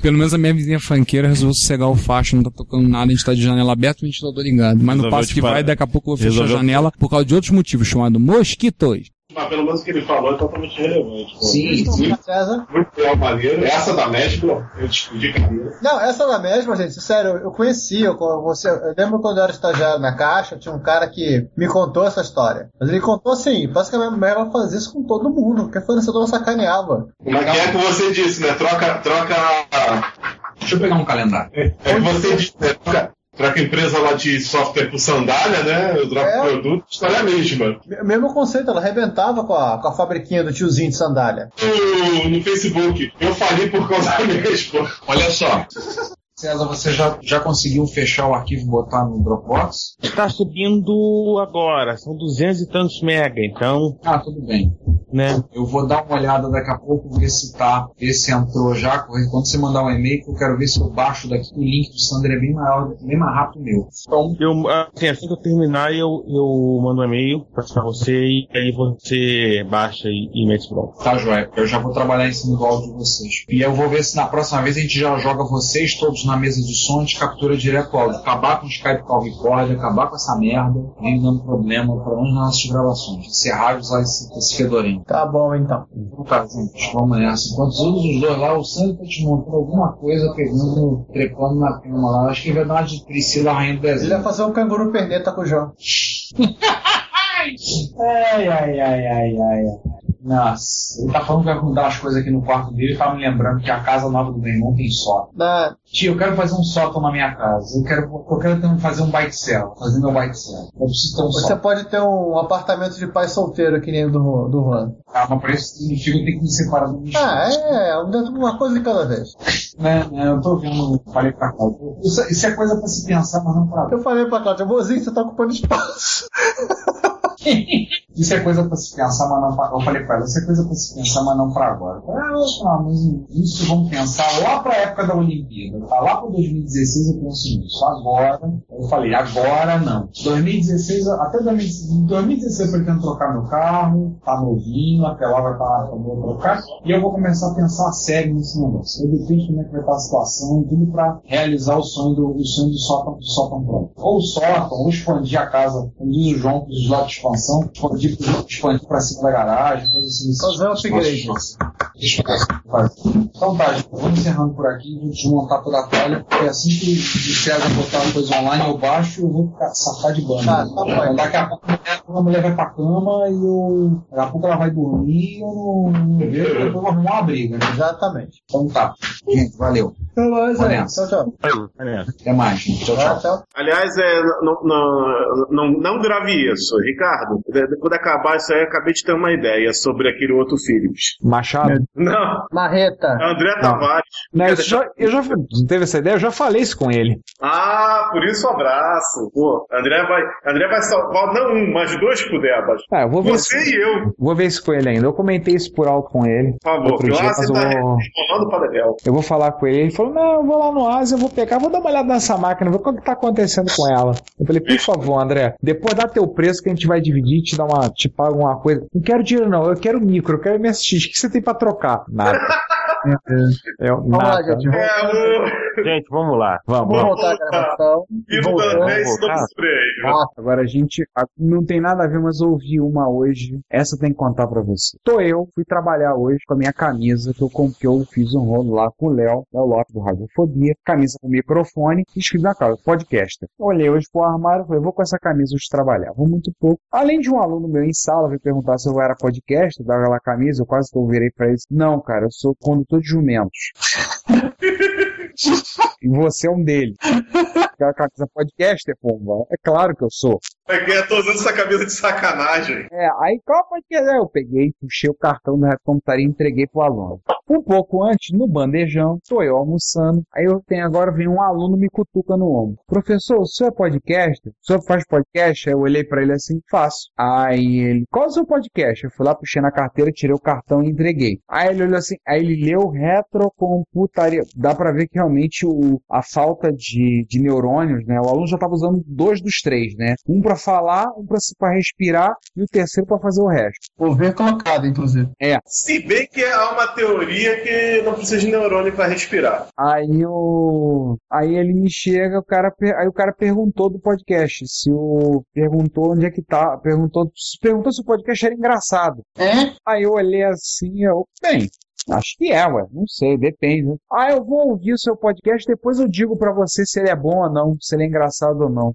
Speaker 14: Pelo menos a minha vizinha fanqueira resolveu sossegar o facho, não tá tocando nada, a gente tá de janela aberta e o ventilador ligado. Mas no
Speaker 7: Resolveu
Speaker 14: passo
Speaker 7: te
Speaker 14: que
Speaker 7: parar.
Speaker 14: vai, daqui a pouco eu vou fechar a
Speaker 7: Resolveu-
Speaker 14: janela por causa de outros motivos, chamado mosquitos.
Speaker 10: Mas Ah, pelo menos o que ele falou é totalmente relevante.
Speaker 4: Sim, sim. César?
Speaker 10: Muito legal, maneiro.
Speaker 4: Essa da México,
Speaker 10: eu é discuti cabelo.
Speaker 16: Não, essa
Speaker 4: é
Speaker 16: da mesma, gente. Sério, eu conhecia. Eu, você, eu lembro quando eu era estagiário na Caixa, tinha um cara que me contou essa história. Mas ele contou assim, basicamente a merda fazia isso com todo mundo, porque a fornecedora sacaneava.
Speaker 10: Como é que é que você disse, né? Troca. troca...
Speaker 17: Deixa eu pegar um calendário. É que você disse, né? Troca,
Speaker 18: Troca empresa lá de software por sandália, né? Eu troco
Speaker 4: É.
Speaker 18: produto, a história é a mesma.
Speaker 4: Me- Mesmo conceito, ela arrebentava com a, com a fabriquinha do tiozinho de sandália.
Speaker 18: No, no Facebook, eu falei por causa da minha esposa.
Speaker 6: Olha só. César, você já, já conseguiu fechar o arquivo e botar no Dropbox?
Speaker 5: Tá subindo agora, são 200 e tantos mega, então.
Speaker 6: Ah, tudo bem.
Speaker 5: Né?
Speaker 6: Eu vou dar uma olhada daqui a pouco, ver se tá, ver se entrou já. Quando você mandar um e-mail, que eu quero ver se eu baixo daqui. O link do Sander é bem maior, bem mais rápido que o meu. Então,
Speaker 5: Eu, assim, assim que eu terminar, eu, eu mando um e-mail pra pra você e aí você baixa e, e mete pronto.
Speaker 6: Tá, joia. Eu já vou trabalhar em cima do áudio de vocês. E eu vou ver se na próxima vez a gente já joga vocês todos na mesa de som, a gente captura direto o áudio. Acabar com o Skype com a Record, acabar com essa merda, vem dando problema, pelo menos nas nossas gravações. Encerrar e usar esse, esse fedorento.
Speaker 4: Tá bom, então.
Speaker 6: Então tá, gente, vamos nessa. Enquanto todos os dois lá, o Sandro tá desmontando alguma coisa, pegando, trepando na cama lá. Acho que ele vai dar uma de Priscila Rainha do Deserto.
Speaker 4: Ele ia fazer um canguru perneta com o João.
Speaker 6: Ai, ai, ai, ai, ai. ai. Nossa, ele tá falando que vai mudar as coisas aqui no quarto dele e tá me lembrando que a casa nova do meu irmão tem sótão.
Speaker 4: Na...
Speaker 6: Tio, eu quero fazer um sótão na minha casa. Eu quero, eu quero ter- fazer um bite cell, fazer meu bite cell. Eu preciso ter um
Speaker 4: Você
Speaker 6: sótão.
Speaker 4: pode ter um apartamento de pai solteiro que nem o do, do Juan.
Speaker 6: Ah, mas pra isso significa que eu tenho que me separar do bicho.
Speaker 4: Ah, é, é, um dentro de uma coisa de cada vez.
Speaker 6: Né, né, eu tô vendo, falei pra Cláudia. Isso, isso é coisa pra se pensar, mas não pra
Speaker 4: Eu falei pra Cláudia, mozinho, você tá ocupando espaço.
Speaker 6: Isso é coisa pra se pensar, mas não pra... Eu falei pra ela, isso é coisa pra se pensar, mas não pra agora. Eu falei, Ah, vamos falar, mas isso vamos pensar lá pra época da Olimpíada. Tá lá pra 2016 eu penso nisso. Agora, eu falei, agora não. 2016, até 2016, em 2016 eu pretendo trocar meu carro, tá novinho, a pelada tá lá pra eu trocar, e eu vou começar a pensar a sério nesse negócio. Eu depende como é que vai estar a situação, tudo pra realizar o sonho do, o sonho do sótão, do sótão pronto. Ou sótão, ou expandir a casa, como diz o João, dos lados de expansão, expandir, pro- expandir pra cima da garagem, coisa assim. Fazer um
Speaker 4: upgrade.
Speaker 6: Então tá, gente, vamos encerrando por aqui, vou desmontar toda a palha, porque assim que o César botar uma coisa online, eu baixo, eu vou ficar safado de banho.
Speaker 4: Tá, tá bom.
Speaker 6: Então, Daqui a pouco a mulher vai pra cama e eu. Daqui a pouco ela vai dormir e eu não- não vejo, eu vou arrumar uma briga. né?
Speaker 4: Exatamente.
Speaker 6: Então tá. Gente, valeu.
Speaker 4: Então, mas,
Speaker 6: Vou
Speaker 4: é,
Speaker 6: nessa.
Speaker 4: tchau, tchau.
Speaker 6: Até mais, gente. Tchau, tchau.
Speaker 10: Aliás, é, não, não, não, não grave isso, Ricardo. de- de- Quando acabar isso aí, eu acabei de ter uma ideia sobre aquele outro Philips.
Speaker 6: Machado?
Speaker 10: Não. é
Speaker 4: Marreta.
Speaker 10: André
Speaker 6: Não.
Speaker 10: Tavares.
Speaker 6: Não, isso já, eu já não teve essa ideia, eu já falei isso com ele.
Speaker 10: Ah, por isso um abraço. Pô, André vai, André vai salvar não um, mas dois Cudebas.
Speaker 6: Ah, eu vou ver
Speaker 10: Você
Speaker 6: se-
Speaker 10: e eu.
Speaker 6: Vou ver isso com ele ainda. Eu comentei isso por alto com ele.
Speaker 10: Por favor,
Speaker 6: outro
Speaker 10: que
Speaker 6: dia, um
Speaker 10: lá você
Speaker 6: mas eu
Speaker 10: tá
Speaker 6: vou-
Speaker 10: respondendo para Debel.
Speaker 6: Eu vou falar com ele. Ele falou: Não, eu vou lá no Asa, eu vou pegar, vou dar uma olhada nessa máquina, ver o que tá acontecendo com ela. Eu falei: Por favor, André, depois dá teu preço que a gente vai dividir, te dá uma, te paga uma coisa. Não quero dinheiro, não, eu quero micro, eu quero MSX. O que você tem pra trocar? Nada. eu,
Speaker 5: Vamos lá,
Speaker 6: nada.
Speaker 5: gente, vamos-
Speaker 10: É,
Speaker 5: Gente, vamos lá.
Speaker 6: Vamos,
Speaker 5: Vamos
Speaker 6: vamos.
Speaker 5: voltar.
Speaker 4: gravação.
Speaker 5: Vamos voltar.
Speaker 6: Nossa, agora a gente a- não tem nada a ver, mas eu ouvi uma hoje. Essa tem que contar pra você. Tô eu, fui trabalhar hoje com a minha camisa que eu comprei, que eu fiz um rolo lá com o Léo, Léo Lopes do Radiofobia. Camisa com microfone, escrito na cara, podcaster. Olhei hoje pro armário, falei, vou com essa camisa hoje trabalhar, vou muito pouco. Além de um aluno meu em sala veio perguntar se eu tá era podcaster, dava aquela camisa, eu quase que eu virei pra ele. Não, cara, eu sou condutor de jumentos. E você é um deles. Aquela camisa podcaster, pomba. É claro que eu sou.
Speaker 10: É que eu tô usando essa camisa de sacanagem.
Speaker 6: É, aí qual podcast? Eu peguei, puxei o cartão da computaria e entreguei pro aluno. Um pouco antes, no bandejão, tô eu almoçando. Aí eu tenho agora vem um aluno me cutuca no ombro. Professor, o senhor é podcast? O senhor faz podcast? Aí eu olhei pra ele assim, faço. Aí ele, qual é o seu podcast? Eu fui lá, puxei na carteira, tirei o cartão e entreguei. Aí ele olhou assim, aí ele leu retrocomputaria. Dá pra ver que realmente o, a falta de, de neurônios, né? O aluno já tava usando dois dos três, né? Um pra falar, um pra, se- pra respirar e o terceiro pra fazer o resto.
Speaker 4: Ouvir colocado, inclusive.
Speaker 6: É.
Speaker 10: Se bem que há uma teoria que não precisa de neurônio para respirar.
Speaker 6: Aí o. Aí ele me chega, o cara per- aí o cara perguntou do podcast. Se o. Perguntou onde é que tá. Perguntou, perguntou se o podcast era engraçado. É? Aí eu olhei assim, eu. Bem. Acho que é, ué. Não sei, depende. né? Ah, eu vou ouvir o seu podcast, depois eu digo pra você se ele é bom ou não, se ele é engraçado ou não.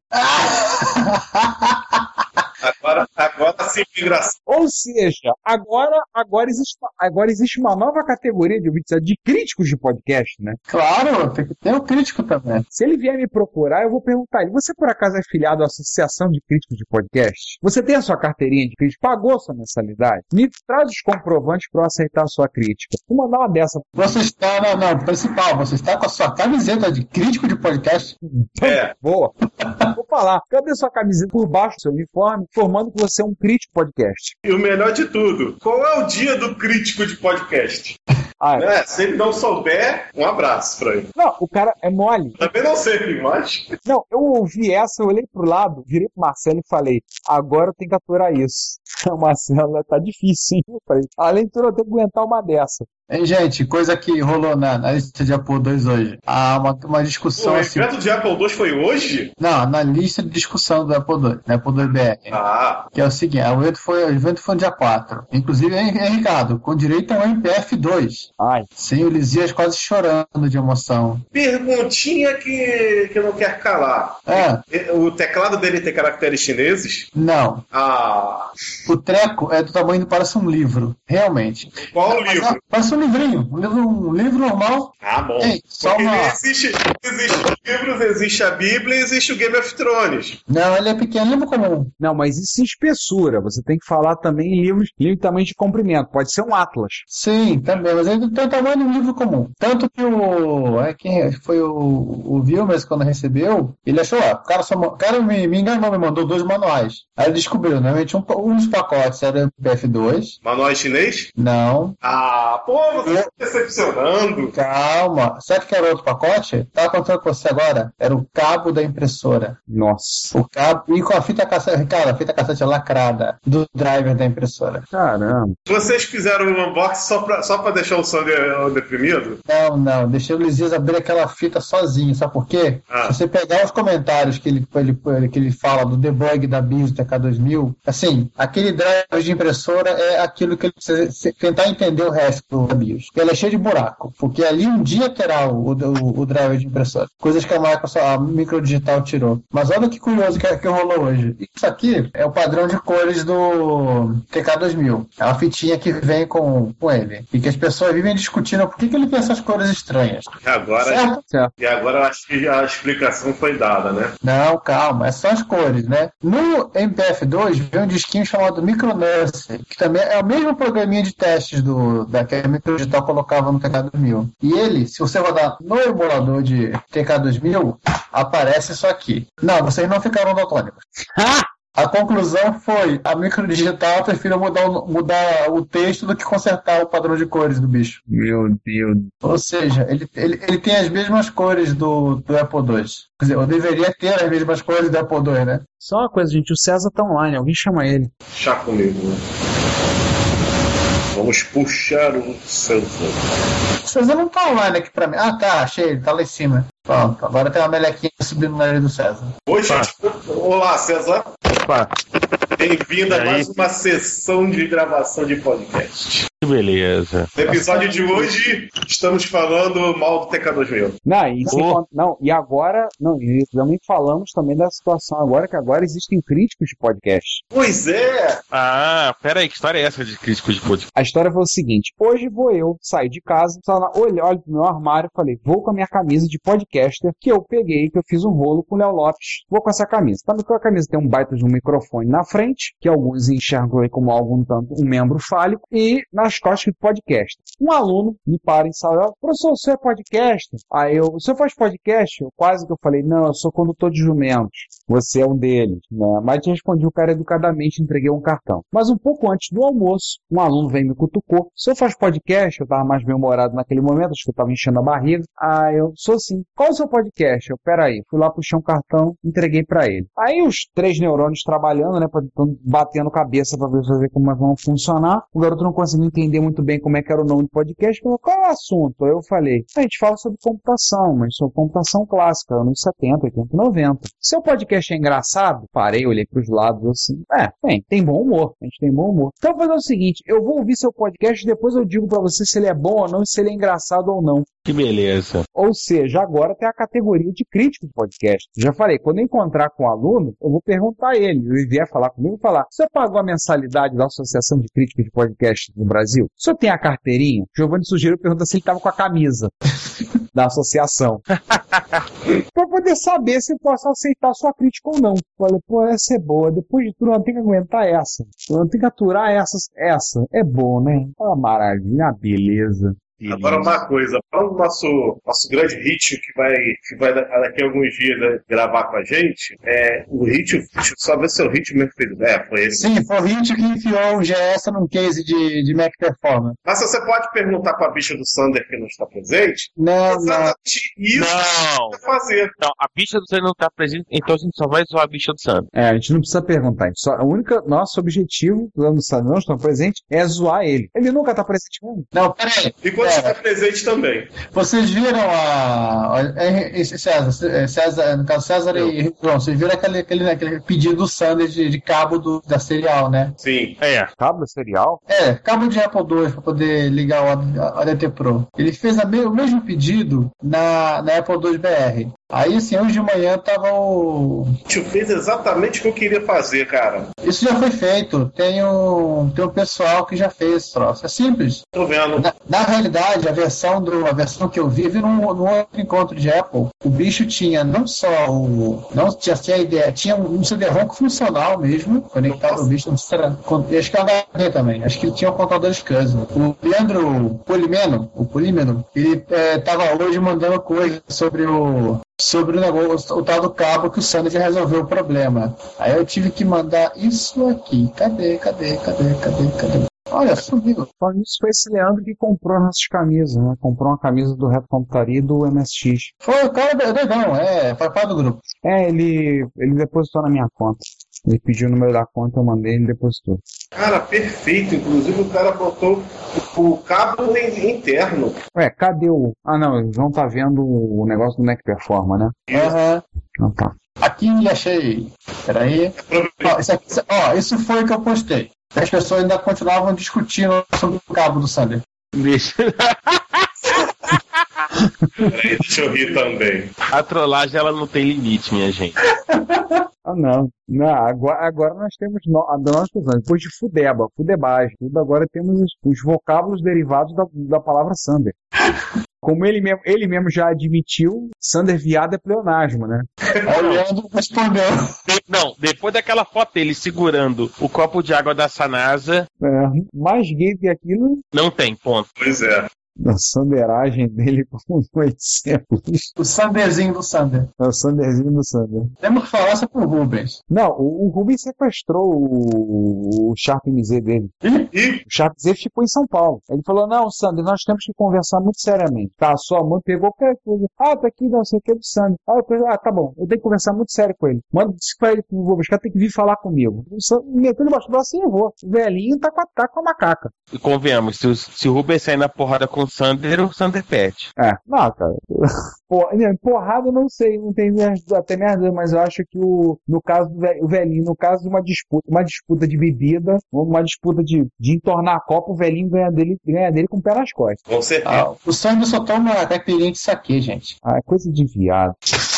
Speaker 10: Agora, agora sim, que engraçado.
Speaker 3: Ou seja, agora, agora, existe, agora existe uma nova categoria de ouvintes, de críticos de podcast, né?
Speaker 4: Claro, tem que ter o crítico também.
Speaker 3: Se ele vier me procurar, eu vou perguntar a ele: você por acaso é filiado à Associação de Críticos de Podcast? Você tem a sua carteirinha de crítico? Pagou sua mensalidade? Me traz os comprovantes para eu aceitar a sua crítica. Vou mandar uma dessa.
Speaker 4: Você está, não, não, principal, você está com a sua camiseta de crítico de podcast.
Speaker 3: É. Boa. Vou falar. Cadê sua camiseta por baixo do seu uniforme, formando que você é um crítico podcast?
Speaker 10: E o melhor de tudo, qual é o dia do crítico de podcast?
Speaker 3: Ah, é.
Speaker 10: Né? Se ele não souber, um abraço pra ele.
Speaker 3: Não, o cara é mole.
Speaker 10: Também não sei, mas.
Speaker 3: Não, eu ouvi essa, eu olhei pro lado, virei pro Marcelo e falei: agora eu tenho que aturar isso. O Marcelo tá difícil, hein? Eu falei, além de tudo, eu tenho que aguentar uma dessa.
Speaker 4: Hein, gente, coisa que rolou na, na lista de Apple 2 hoje. Ah, uma, uma discussão
Speaker 10: O
Speaker 4: assim.
Speaker 10: evento de Apple II foi hoje?
Speaker 4: Não, na lista de discussão do Apple II, da Apple II BR.
Speaker 10: Ah.
Speaker 4: Que é o seguinte, o evento foi, o evento foi no dia 4. Inclusive, hein, hein, Ricardo, com direito a um MPF 2.
Speaker 3: Ai.
Speaker 4: Sim, o Lisias quase chorando de emoção.
Speaker 10: Perguntinha que, que não quer calar.
Speaker 4: É.
Speaker 10: O teclado dele tem caracteres chineses?
Speaker 4: Não,
Speaker 10: Ah.
Speaker 4: o treco é do tamanho do parece um livro, realmente.
Speaker 10: Qual o
Speaker 4: Mas,
Speaker 10: livro?
Speaker 4: ah, Parece um livrinho, um livro, um livro normal.
Speaker 10: Ah, bom.
Speaker 4: Ei, só
Speaker 10: Porque
Speaker 4: uma-
Speaker 10: existe, existe os livros, existe a Bíblia e existe o Game of Thrones.
Speaker 4: Não, ele é pequeno, livro comum.
Speaker 3: Não, mas isso em espessura. Você tem que falar também em livros, livro de tamanho de comprimento. Pode ser um Atlas.
Speaker 4: Sim, também, mas ele tem o tamanho de um livro comum. Tanto que o. É quem foi o, o Vilmes quando recebeu, ele achou, ó, o cara, só, ma- o cara me, me enganou, me mandou dois manuais. Aí ele descobriu, realmente, um, pa- um dos pacotes era o MPF2.
Speaker 10: Manual chinês?
Speaker 4: Não.
Speaker 10: Ah, pô,
Speaker 4: É.
Speaker 10: você está decepcionando.
Speaker 4: Calma. Sabe o que era outro pacote? Tava contando com você agora. Era o cabo da impressora.
Speaker 3: Nossa.
Speaker 4: O cabo. E com a fita cassete. Cara, a fita cassete lacrada do driver da impressora.
Speaker 3: Caramba.
Speaker 10: Vocês fizeram um unboxing só pra, só pra deixar o sangue eh, deprimido?
Speaker 4: Não, não, deixei o Lisias abrir aquela fita sozinho, sabe por quê?
Speaker 10: Ah.
Speaker 4: Se você pegar os comentários que ele, ele- ele- que ele fala do debug da BIOS do TK2000, assim, aquele driver de impressora é aquilo que ele precisa se- tentar entender o resto da BIOS. Ele é cheio de buraco, porque ali um dia terá o, o, o driver de impressora. Coisas que a Microsoft, a microdigital tirou. Mas olha que curioso que, que rolou hoje. Isso aqui é o padrão de cores do TK2000. É uma fitinha que vem com, com ele. E que as pessoas vivem discutindo por que, que ele tem essas cores estranhas.
Speaker 10: E agora,
Speaker 4: Certo? Certo.
Speaker 10: e agora eu acho que a explicação foi dada, né?
Speaker 4: Não, calma, é só as cores, né? No MPF2 vem um disquinho chamado Micronurse, que também é o mesmo programinha de testes do, da que a Microdigital colocava no TK2000. E ele, se você rodar no emulador de TK2000, aparece isso aqui. Não, vocês não ficaram daltônicos. A conclusão foi: a microdigital prefiro mudar, o- mudar o texto do que consertar o padrão de cores do bicho.
Speaker 3: Meu Deus.
Speaker 4: Ou seja, ele, ele, ele tem as mesmas cores do, do Apple II. Quer dizer, eu deveria ter as mesmas cores do Apple II, né?
Speaker 3: Só uma coisa, gente. O César tá online. Alguém chama ele.
Speaker 10: Chá comigo. né? Vamos puxar um o César.
Speaker 4: César não tá online aqui pra mim. Ah, tá, achei, ele tá lá em cima. Pronto, agora tem uma melequinha subindo na orelha do César.
Speaker 10: Oi, gente. Olá, César. Bem-vindo a mais uma sessão de gravação de podcast.
Speaker 5: Que beleza.
Speaker 10: No episódio de hoje, estamos falando mal do TK2000.
Speaker 3: Não, e, sem
Speaker 10: Oh.
Speaker 3: cont- não, e agora, não, e também falamos também da situação agora, que agora existem críticos de podcast.
Speaker 10: Pois é!
Speaker 5: Ah, pera aí, que história é essa de crítico de podcast?
Speaker 3: A história foi o seguinte: hoje vou eu sair de casa, tá lá, olho, olho pro meu armário, falei, vou com a minha camisa de podcaster que eu peguei, que eu fiz um rolo com o Léo Lopes. Vou com essa camisa. Tá com a camisa tem um baita de um microfone na frente, que alguns enxergam aí como algum tanto um membro fálico, e nas costas do podcast. Um aluno me para em sala, "Ó, professor, o senhor é podcaster? Aí eu, o senhor faz podcast? Eu quase que eu falei, não, eu sou condutor de jumentos. Você é um deles, né? Mas te respondi o cara educadamente, entreguei um cartão. Mas um pouco antes do almoço, um aluno veio e me cutucou. O senhor faz podcast? Eu tava mais bem-humorado naquele momento, acho que eu tava enchendo a barriga. Aí eu, sou sim. Qual o seu podcast? Eu, peraí. Fui lá, puxei um cartão, entreguei pra ele. Aí os três neurônios trabalhando, né, pra- tão batendo cabeça pra ver fazer como é que vão funcionar. O garoto não conseguiu entender
Speaker 6: entender muito bem como é que era o nome do podcast, falou, qual é o assunto? Aí eu falei, a gente fala sobre computação, mas sobre computação clássica, anos 70, 80, 90. Seu podcast é engraçado? Parei, olhei pros lados assim, é, tem, tem bom humor, a gente tem bom humor. Então eu vou fazer o seguinte, eu vou ouvir seu podcast e depois eu digo pra você se ele é bom ou não e se ele é engraçado ou não.
Speaker 5: Que beleza.
Speaker 6: Ou seja, agora tem a categoria de crítico de podcast. Já falei, quando eu encontrar com o aluno, eu vou perguntar a ele. Ele vier falar comigo, falar: você pagou a mensalidade da Associação de Críticos de Podcast no Brasil? O senhor tem a carteirinha? Giovanni sugeriu pergunta se ele estava com a camisa da associação. para poder saber se eu posso aceitar a sua crítica ou não. Falei, pô, essa é boa. Depois de tudo, eu tenho que aguentar essa. Eu tenho que aturar essas. Essa é bom, né? Uma maravilha, uma beleza.
Speaker 10: Agora uma coisa, fala do nosso, nosso grande Ritio que vai, que vai da- daqui a alguns dias né, gravar com a gente. É, o Ritio, deixa eu só ver se é o Ritio mesmo que fez. É, foi esse.
Speaker 4: Sim, foi o Hit que enfiou o GS num case de, de Mac Performance.
Speaker 10: Mas você pode perguntar para a bicha do Sander que não está presente?
Speaker 4: Não, não.
Speaker 10: Isso
Speaker 5: não.
Speaker 10: que você vai fazer.
Speaker 5: Não, Então, a bicha do Sandro não tá presente, então a gente só vai zoar a bicha do Sandro.
Speaker 6: É, a gente não precisa perguntar. A gente só, a única, nosso objetivo, quando os não estão presentes, é zoar ele. Ele nunca está presente mesmo.
Speaker 4: Não, peraí.
Speaker 10: E quando estiver presente também.
Speaker 4: Vocês viram a. é, é, César, é, César, no caso César e João, vocês viram aquele, aquele, né, aquele pedido do Sanders de, de cabo do, da serial, né?
Speaker 10: Sim.
Speaker 5: É.
Speaker 6: Cabo serial?
Speaker 4: É, cabo de Apple II para poder ligar o A- ADT Pro. Ele fez a me- o mesmo pedido na, na Apple II BR. Aí, assim, hoje de manhã tava o.
Speaker 10: Tio fez exatamente o que eu queria fazer, cara.
Speaker 4: Isso já foi feito. Tem um, tem um pessoal que já fez esse troço. É simples.
Speaker 10: Tô vendo.
Speaker 4: Na, na realidade, a versão do, a versão que eu vi, eu vi num, num outro encontro de Apple, o bicho tinha não só o. Não tinha, tinha ideia, tinha um CD-ROM funcional mesmo, conectado ao bicho. Não sei se era, con- acho que era um HD também. Acho que ele tinha um contador de scans. O Leandro Polimeno, o Polimeno, ele eh, tava hoje mandando coisa sobre o sobre o negócio, o tal do cabo que o Sandro já resolveu o problema. Aí eu tive que mandar isso aqui. Cadê, cadê, cadê, cadê, cadê? Olha, sumiu.
Speaker 6: Falando isso foi esse Leandro que comprou nossas camisas, né? Comprou uma camisa do Reto Computaria e do MSX.
Speaker 4: Foi o cara doidão, é, foi parte do grupo.
Speaker 6: É, ele, ele depositou na minha conta. Ele pediu o número da conta, eu mandei, ele depositou.
Speaker 10: Cara, perfeito. Inclusive o cara botou o cabo in- interno.
Speaker 6: Ué, cadê o. Ah, não, eles não tá vendo o negócio do Mac Performa, né?
Speaker 4: Aham.
Speaker 6: Não tá.
Speaker 4: Aqui achei. Peraí. Ó, isso, aqui- isso- ó, isso foi o que eu postei. As pessoas ainda continuavam discutindo sobre o cabo do Sander.
Speaker 5: Deixa.
Speaker 10: Peraí, deixa eu rir também.
Speaker 5: A trollagem ela não tem limite, minha gente.
Speaker 6: Ah, não. não agora, agora nós temos. No, a- nós usamos, depois de Fudeba, Fudebagem, tudo, agora temos os, os vocábulos derivados da, da palavra Sander. Como ele mesmo, ele mesmo já admitiu, Sander viado é pleonasmo, né?
Speaker 4: Aí o Leandro respondeu.
Speaker 5: De- Não, depois daquela foto dele segurando o copo de água da Sanasa,
Speaker 6: É, mais gay que aquilo,
Speaker 5: não tem, ponto.
Speaker 10: Pois é.
Speaker 6: a sanderagem dele com 800.
Speaker 4: O Sanderzinho do Sander.
Speaker 6: É o Sanderzinho do Sander.
Speaker 4: Temos que falar só pro Rubens.
Speaker 6: Não, o, o Rubens sequestrou o, o Sharp MZ dele.
Speaker 10: O
Speaker 6: Sharp MZ ficou em São Paulo. Ele falou: Não, Sander, nós temos que conversar muito seriamente. Tá, sua mãe pegou qualquer coisa. Ah, tá aqui, não sei o que, do Sander. Ah, eu falei, ah, tá bom, eu tenho que conversar muito sério com ele. Manda disse pra ele que eu vou buscar, tem que vir falar comigo. O Sander meteu debaixo do braço e eu vou. O velhinho tá com a, tá com a macaca.
Speaker 5: E convenhamos, se o, se o Rubens sair na porrada com o Sander, o Sander perde.
Speaker 6: É. Não, cara. Pô, né, Porrada, eu não sei, não tem minhas- até minhas dúvidas, mas eu acho que o, no caso do ve- o velhinho, no caso de uma disputa, uma disputa de bebida, ou uma disputa de, de entornar a copa, o velhinho ganha dele, ganha dele com o pé nas costas.
Speaker 10: Com certeza.
Speaker 4: Ah, o Sander só toma caipirinha de saque, gente.
Speaker 6: Ah, é coisa de viado.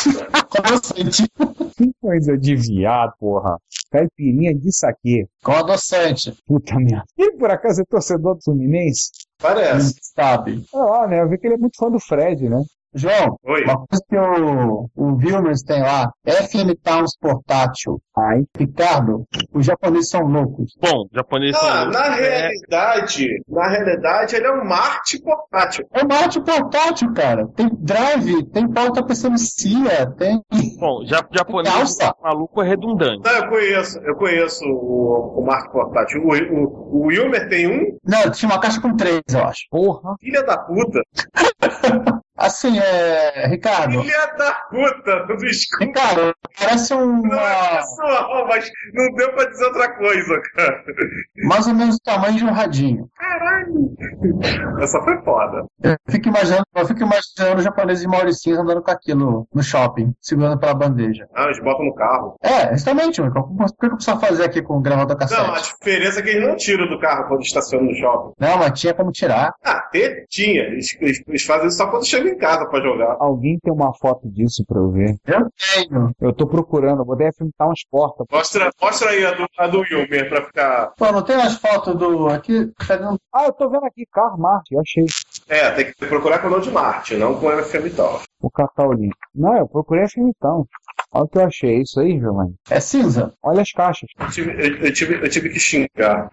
Speaker 4: Como assim? eu senti.
Speaker 6: Que coisa de viado, porra. Caipirinha de saque.
Speaker 4: Com adoçante.
Speaker 6: Puta merda. E por acaso é torcedor do Fluminense?
Speaker 10: Ah, Parece.
Speaker 4: É, Sabe.
Speaker 6: Ah, né? Eu vi que ele é muito fã do Fred, né?
Speaker 4: João,
Speaker 10: Oi.
Speaker 4: uma coisa que o, o Vilmers tem lá, FM Towns portátil.
Speaker 6: Ai.
Speaker 4: Ricardo, os japoneses são loucos.
Speaker 5: Bom, japonês
Speaker 10: Ah,
Speaker 5: são-
Speaker 10: na
Speaker 5: é,
Speaker 10: realidade, na realidade, ele é um Marte portátil.
Speaker 4: É Marte portátil, cara. Tem drive, tem pauta PCMCIA, é, tem.
Speaker 5: Bom, ja, japonês
Speaker 4: Calça.
Speaker 5: maluco é redundante.
Speaker 10: Não, Então, eu conheço, eu conheço o, o Marte portátil. O, o, o Wilmer tem um
Speaker 4: Não, tinha uma caixa com três, eu acho.
Speaker 6: Porra.
Speaker 10: filha da puta.
Speaker 4: Assim, é. Ricardo.
Speaker 10: Filha da puta, desculpa.
Speaker 4: Ricardo, parece um.
Speaker 10: Não é pessoal, mas não deu pra dizer outra coisa, cara.
Speaker 4: Mais ou menos o tamanho de um radinho.
Speaker 10: Caralho. Essa foi foda.
Speaker 4: Eu fico imaginando, eu fico imaginando os japoneses e mauricinhos andando com aquilo no shopping, segurando pela bandeja.
Speaker 10: Ah, eles botam no carro.
Speaker 4: É, justamente, Michael. Por que eu preciso fazer aqui com o
Speaker 19: Tá
Speaker 4: gravador cassete?
Speaker 10: Não, a diferença é que eles não tiram do carro quando estacionam no shopping.
Speaker 4: Não, mas tinha como tirar.
Speaker 10: Ah, ter? Tinha. Eles, eles, eles fazem isso só quando chegam em casa pra jogar.
Speaker 20: Alguém tem uma foto disso pra eu ver?
Speaker 4: Eu tenho.
Speaker 20: Eu tô procurando, vou deve pintar umas portas.
Speaker 10: Mostra, mostra aí a do, a do Wilmer pra ficar.
Speaker 4: Pô, não tem as fotos do. Aqui. tá dando-
Speaker 20: Ah, eu tô vendo aqui, Karl Marx, eu achei.
Speaker 10: É, tem que procurar com o de Marte, não com o FM Tal.
Speaker 20: Vou catar o link. Não, eu procurei a filme então. Olha o que eu achei, é isso aí, Giovanni?
Speaker 4: É cinza?
Speaker 20: Olha as caixas.
Speaker 10: Eu tive, eu, eu tive, eu tive que xingar.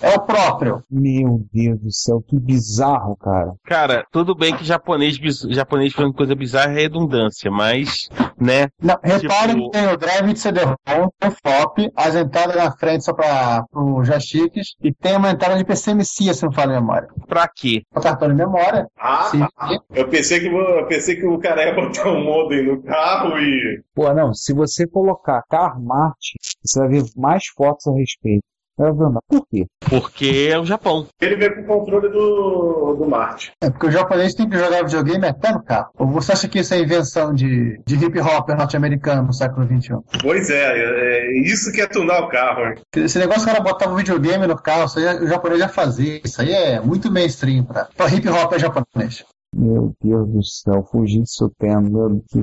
Speaker 4: É o próprio.
Speaker 20: Meu Deus do céu, que bizarro, cara.
Speaker 5: Cara, tudo bem que japonês, biz- japonês falando coisa bizarra é redundância, mas, né?
Speaker 4: Não, repare
Speaker 5: Tipo-
Speaker 4: que tem o drive de CD-ROM, o flop, as entradas na frente só para os joysticks, e tem uma entrada de PCMC, se não falo a memória.
Speaker 5: Pra quê?
Speaker 4: O Tá cartão de memória.
Speaker 10: Ah,
Speaker 4: Sim.
Speaker 10: tá. eu pensei que vo- eu pensei que o cara ia botar um modem no carro e
Speaker 20: Pô, não, se você colocar Karl Marx, você vai ver mais fotos a respeito. Aí Eu vou perguntar, por quê?
Speaker 5: Porque é o Japão.
Speaker 10: ele veio com o controle do, do Marte.
Speaker 4: É porque o japonês tem que jogar videogame até no carro. Ou você acha que isso é invenção de, de hip hop norte-americano no século um? XXI?
Speaker 10: Pois é, é, é isso que é tunar o carro. hein?
Speaker 4: Esse negócio que o cara botava um videogame no carro, isso aí, é, o japonês já fazia. Isso aí é muito mainstream pra, pra hip hop é japonês.
Speaker 20: Meu Deus do céu, fugir disso tema, meu que,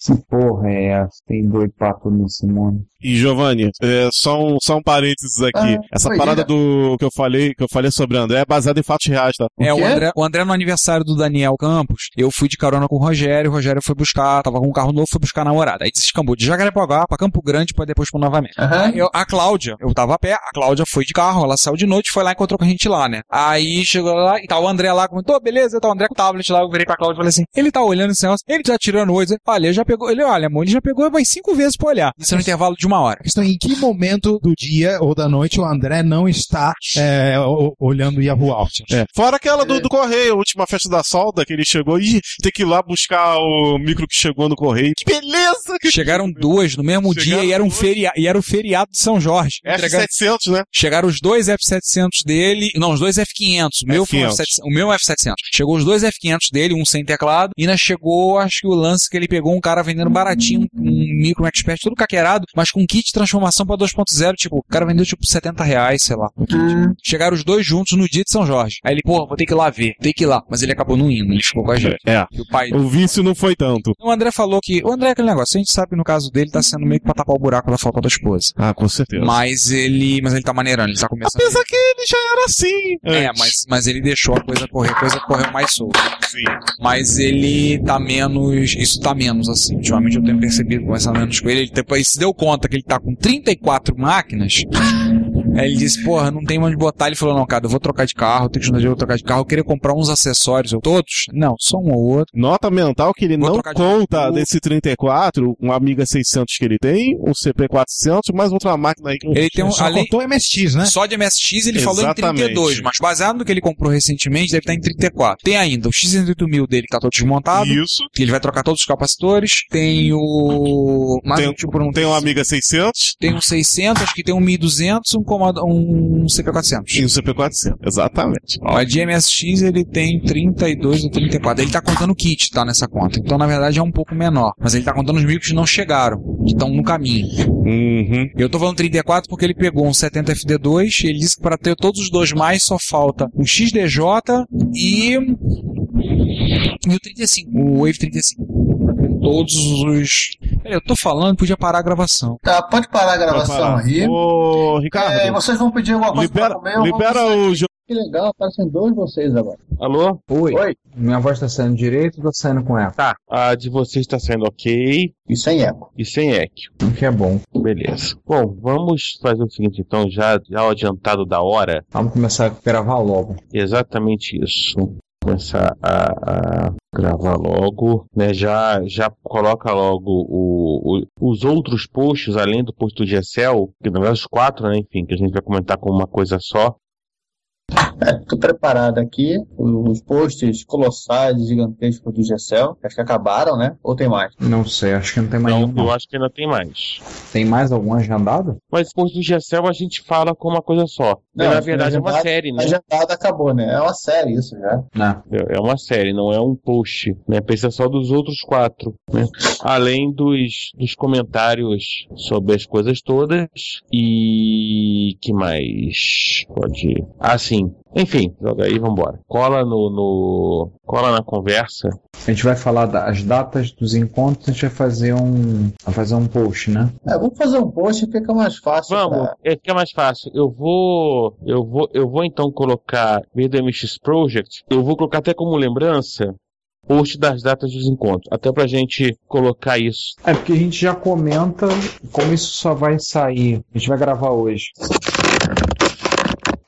Speaker 20: que porra é essa? Tem doido pato nesse mundo.
Speaker 19: E Giovanni, é, só, um, só um parênteses aqui.
Speaker 20: Ah,
Speaker 19: Essa
Speaker 20: pois
Speaker 19: parada
Speaker 20: é.
Speaker 19: do que eu falei, que eu falei sobre o André é baseada em fatos reais, tá?
Speaker 6: É, o André, o André no aniversário do Daniel Campos, eu fui de carona com o Rogério, o Rogério foi buscar, tava com um carro novo, foi buscar a namorada. Aí descambou de Jacarepaguá pra Campo Grande pra depois pro Nova América.
Speaker 4: Aham.
Speaker 6: Aí eu- a Cláudia, eu tava a pé, a Cláudia foi de carro, ela saiu de noite, foi lá e encontrou com a gente lá, né? Aí chegou lá e tá o André lá, comentou, beleza, tá o André com o tablet lá, eu virei pra Cláudia e falei assim, ele tá olhando esse negócio, ele tá tirando oito, olha, ele já pegou, ele olha, amor, ele já pegou mais cinco vezes pra olhar. Isso é um intervalo de uma hora.
Speaker 21: Questão, em que momento do dia ou da noite o André não está é, o- olhando o Yahoo Out?
Speaker 19: Fora aquela do, do correio, a última festa da solda, que ele chegou e tem que ir lá buscar o micro que chegou no correio. Que beleza!
Speaker 6: Chegaram duas no mesmo dia e era, um feria e era o feriado de São Jorge.
Speaker 19: F700, né?
Speaker 6: Chegaram os dois F700 dele, não, os dois F500. O meu, foi um
Speaker 19: F500.
Speaker 6: F700 o meu é F700. Chegou os dois F500 dele, um sem teclado, e ainda chegou, acho que o lance que ele pegou um cara vendendo baratinho, um micro expert, todo caquerado, mas com kit de transformação pra 2.0, tipo, o cara vendeu tipo 70 reais, sei lá. o kit. Chegaram os dois juntos no dia de São Jorge. Aí ele, porra, vou ter que ir lá ver, tem que ir lá. Mas ele acabou não indo, ele ficou com a gente.
Speaker 19: É.
Speaker 6: E o pai
Speaker 19: O vício não foi tanto.
Speaker 6: o André falou que. O André é aquele negócio. A gente sabe que no caso dele tá sendo meio que pra tapar o buraco da falta da esposa.
Speaker 19: Ah, com certeza.
Speaker 6: Mas ele. Mas ele tá maneirando, ele tá começando.
Speaker 19: Apesar que ele já era assim.
Speaker 6: É, mas, mas ele deixou a coisa correr, a coisa correu mais solta.
Speaker 19: Sim.
Speaker 6: Mas ele tá menos. Isso tá menos, assim. Ultimamente eu tenho percebido conversando menos com ele. Ele, depois se deu conta que ele tá com 34 máquinas. Aí ele disse, porra, não tem onde botar. Ele falou, não, cara, eu vou trocar de carro, tenho que juntar dinheiro, vou trocar de carro. Eu queria comprar uns acessórios, ou todos? Não, só um ou outro.
Speaker 19: Nota mental que ele não
Speaker 6: trocar de
Speaker 19: conta
Speaker 6: carro.
Speaker 19: desse 34, um Amiga 600 que ele tem, um CP400, mais outra máquina aí que
Speaker 6: Ele tem um, além,
Speaker 21: MSX, né?
Speaker 6: Só de MSX ele falou em
Speaker 19: Exatamente.
Speaker 6: 32, mas baseado no que ele comprou recentemente, deve estar em 34. Tem ainda o X68000 dele que tá todo desmontado.
Speaker 19: Isso.
Speaker 6: Que ele vai trocar todos os capacitores. Tem o. Mas
Speaker 19: Hum. tem,
Speaker 6: um, tipo, não
Speaker 19: tem um Amiga 600.
Speaker 6: Tem um 600, acho que tem um 1200, um, comando, um CP400.
Speaker 19: E um CP400, exatamente.
Speaker 6: Mas de MSX ele tem 32 ou 34. Ele tá contando o kit, tá? Nessa conta. Então, na verdade, é um pouco menor. Mas ele tá contando os micros que não chegaram, que estão no caminho. Eu tô falando 34 porque ele pegou um 70FD2 e ele disse que pra ter todos os dois mais só falta o XDJ e. E o 35, o Wave 35. Pra ter todos os. Peraí, eu tô falando, podia parar a gravação.
Speaker 4: Tá, pode parar a gravação aí.
Speaker 19: Ô, Ricardo.
Speaker 4: É, vocês vão pedir alguma coisa
Speaker 19: libera,
Speaker 4: pra comer? eu vou
Speaker 19: Libera
Speaker 4: almoçar
Speaker 19: o.
Speaker 4: aqui.
Speaker 19: Jo-
Speaker 4: Que legal, aparecem dois vocês agora.
Speaker 5: Alô?
Speaker 3: Oi. Minha voz tá saindo direito ou tá saindo com eco?
Speaker 5: Tá, a de vocês tá saindo ok.
Speaker 4: E sem eco.
Speaker 5: E sem eco.
Speaker 3: O que é bom.
Speaker 5: Beleza. Bom, vamos fazer o seguinte então, já, já o adiantado da hora.
Speaker 3: Vamos começar a gravar logo.
Speaker 5: Exatamente isso. Começar a, a gravar logo, né? Já, já coloca logo o- o- os outros posts, além do post do GSL, que na verdade os quatro, né? Enfim, que a gente vai comentar como uma coisa só.
Speaker 4: Estou preparado aqui. Os posts colossais, gigantescos do Gessel. Acho que acabaram, né? Ou tem mais?
Speaker 3: Não sei, acho que não tem mais
Speaker 5: Não,
Speaker 3: nenhum, não.
Speaker 5: Então, eu acho que ainda tem mais.
Speaker 3: Tem mais algum agendado?
Speaker 5: Mas por do Gessel a gente fala com uma coisa só.
Speaker 4: Não,
Speaker 5: na verdade é uma
Speaker 4: agendado-
Speaker 5: série, né?
Speaker 4: Agendado acabou, né? É uma série isso já.
Speaker 5: É é uma série, não é um post. Né? Pensa só dos outros quatro. Né? Além dos, dos comentários sobre as coisas todas. E que mais? Pode. Ah, sim. Enfim, joga aí, vambora. Cola no. no... Cola na conversa.
Speaker 3: A gente vai falar das datas dos encontros, a gente vai fazer um. Vai fazer um post, né?
Speaker 4: É, vamos fazer um post e fica mais fácil.
Speaker 5: Vamos, é, fica mais fácil. Eu vou, eu vou, eu vou então colocar BDMX Project. Eu vou colocar até como lembrança post das datas dos encontros, até pra gente colocar isso.
Speaker 3: É porque a gente já comenta como isso só vai sair. A gente vai gravar hoje.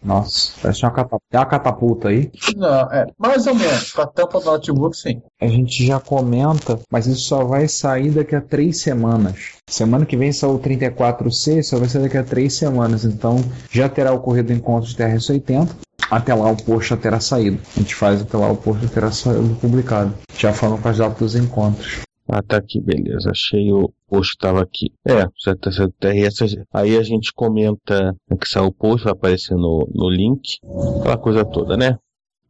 Speaker 3: Nossa, parece uma catapulta. É uma catapulta aí.
Speaker 4: Não, é, mais ou menos. Com a tampa do notebook, sim.
Speaker 3: A gente já comenta, mas isso só vai sair daqui a três semanas. Semana que vem saiu o 34C, só vai sair daqui a três semanas. Então já terá ocorrido o encontro de TRS-80. Até lá o post já terá saído. A gente faz até lá o post já terá saído publicado. Já falando com as datas dos encontros.
Speaker 5: Ah, tá aqui, beleza. Achei o post que tava aqui. É, certo, certo. Aí, essa- aí a gente comenta que saiu o post, vai aparecer no, no link, aquela coisa toda, né?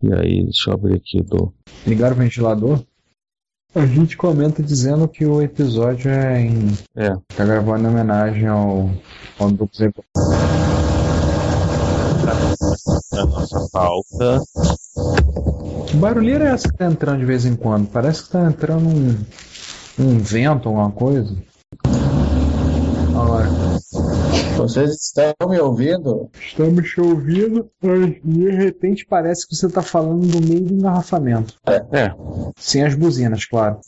Speaker 5: E aí, deixa eu abrir aqui do.
Speaker 3: Ligaram o ventilador? A gente comenta dizendo que o episódio é em.
Speaker 5: É.
Speaker 3: Tá gravando em homenagem ao. ao grupo Zé-
Speaker 5: É A nossa pauta.
Speaker 3: Que barulheira é essa que tá entrando de vez em quando? Parece que tá entrando um, um vento, alguma coisa. Olha
Speaker 4: Vocês estão me ouvindo?
Speaker 3: Estamos te ouvindo, mas de repente parece que você tá falando do meio do engarrafamento.
Speaker 5: É.
Speaker 3: Sem as buzinas, claro.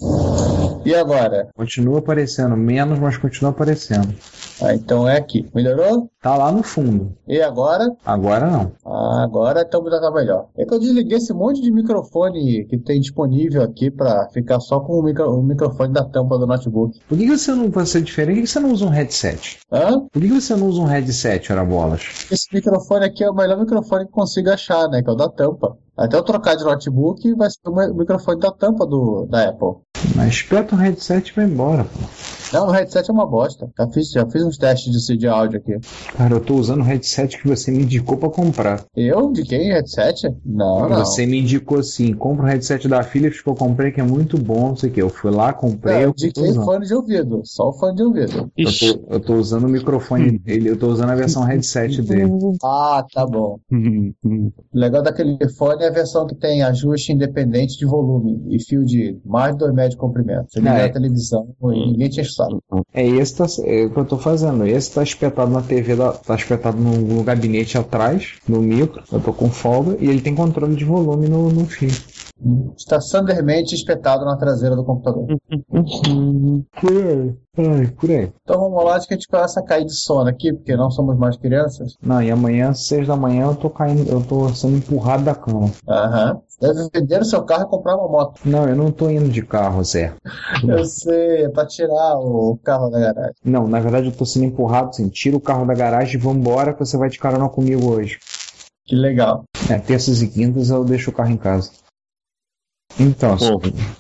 Speaker 4: E agora?
Speaker 3: Continua aparecendo, menos, mas continua aparecendo.
Speaker 4: Ah, então é aqui. Melhorou?
Speaker 3: Tá lá no fundo.
Speaker 4: E agora?
Speaker 3: Agora não.
Speaker 4: Ah, agora estamos tá melhor. É que eu desliguei esse monte de microfone que tem disponível aqui pra ficar só com o, micro- o microfone da tampa do notebook.
Speaker 3: Por que que você não vai ser diferente? Por que que você não usa um headset?
Speaker 4: Hã?
Speaker 3: Por que que você não usa um headset, ora bolas?
Speaker 4: Esse microfone aqui é o melhor microfone que consigo achar, né? Que é o da tampa. Até eu trocar de notebook vai ser o mi- microfone da tampa do, da Apple.
Speaker 3: Mas espeta um headset e vai embora, pô.
Speaker 4: Não, o headset é uma bosta. Já fiz, já fiz uns testes de, de áudio aqui.
Speaker 3: Cara, eu tô usando o headset que você me indicou pra comprar.
Speaker 4: Eu? De quem? Headset? Não, não.
Speaker 3: Você me indicou assim, compra o headset da Philips que eu comprei que é muito bom, não sei o que. Eu fui lá, comprei, É, eu
Speaker 4: Não,
Speaker 3: tô
Speaker 4: de quem?
Speaker 3: usando.
Speaker 4: Fone de ouvido. Só o fone de ouvido.
Speaker 3: Eu tô, eu tô usando o microfone dele, eu tô usando a versão headset dele.
Speaker 4: Ah, tá bom. O legal daquele fone é a versão que tem ajuste independente de volume e fio de mais de 2 metros de comprimento. Você liga
Speaker 3: Ah, é.
Speaker 4: na televisão e ninguém te enche o saco.
Speaker 3: É esse tá, é o que eu tô fazendo. Esse tá espetado na TV, da, tá espetado no, no gabinete atrás, no micro. Eu tô com folga e ele tem controle de volume no, no fio.
Speaker 4: Está sandermente espetado na traseira do computador.
Speaker 3: Por aí. Ai, por aí.
Speaker 4: Então vamos lá, acho que a gente começa a cair de sono aqui, porque não somos mais crianças.
Speaker 3: Não, e amanhã, às seis da manhã, eu tô caindo, eu tô sendo empurrado da cama.
Speaker 4: Aham. Deve vender o seu carro e comprar uma moto.
Speaker 3: Não, eu não tô indo de carro, Zé.
Speaker 4: Eu sei, é pra tirar o carro né? da garagem.
Speaker 3: Não, na verdade eu tô sendo empurrado, assim, tira o carro da garagem e vambora que você vai de carona comigo hoje.
Speaker 4: Que legal.
Speaker 3: É, terças e quintas eu deixo o carro em casa. Então,
Speaker 5: Tá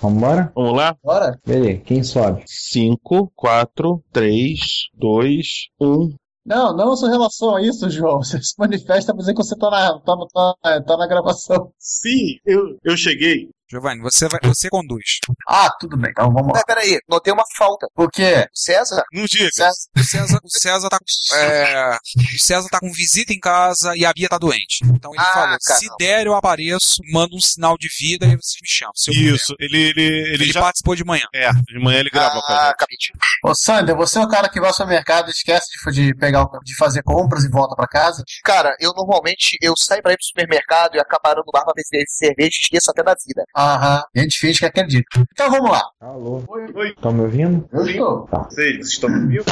Speaker 3: vambora?
Speaker 5: Vamos lá?
Speaker 4: Bora?
Speaker 3: Beleza, quem sobe?
Speaker 5: 5, 4, 3, 2, 1.
Speaker 4: Não, não sou relação a isso, João. Você se manifesta pra dizer que você tá na, tá, tá, tá na gravação.
Speaker 13: Sim, eu, eu cheguei.
Speaker 22: Giovanni, você, vai, você conduz.
Speaker 4: Ah, tudo bem. Então vamos
Speaker 22: lá. peraí, notei uma falta. Por quê? O César? Não diga. o, César, o, César tá com, é, o César tá com visita em casa e a Bia tá doente. Então ele
Speaker 13: Ah,
Speaker 22: falou: se
Speaker 13: caramba.
Speaker 22: der, eu apareço, mando um sinal de vida e vocês me chamam. se eu
Speaker 7: Isso, ele, ele, ele, já Ah,
Speaker 22: participou de manhã.
Speaker 7: É, de manhã ele gravou com a
Speaker 23: Ah,
Speaker 7: gente.
Speaker 4: Ô, Sander, você é o cara que vai ao supermercado e esquece de, de pegar, o- de fazer compras e volta pra casa?
Speaker 23: Cara, eu normalmente eu saio pra ir pro supermercado e acabo parando no bar pra beber cerveja e esqueço até da vida.
Speaker 4: Aham. A gente finge que acredita. Então vamos lá.
Speaker 3: Alô?
Speaker 23: Oi,
Speaker 3: Tá me ouvindo?
Speaker 4: Eu estou.
Speaker 3: Tá.
Speaker 13: Vocês estão comigo?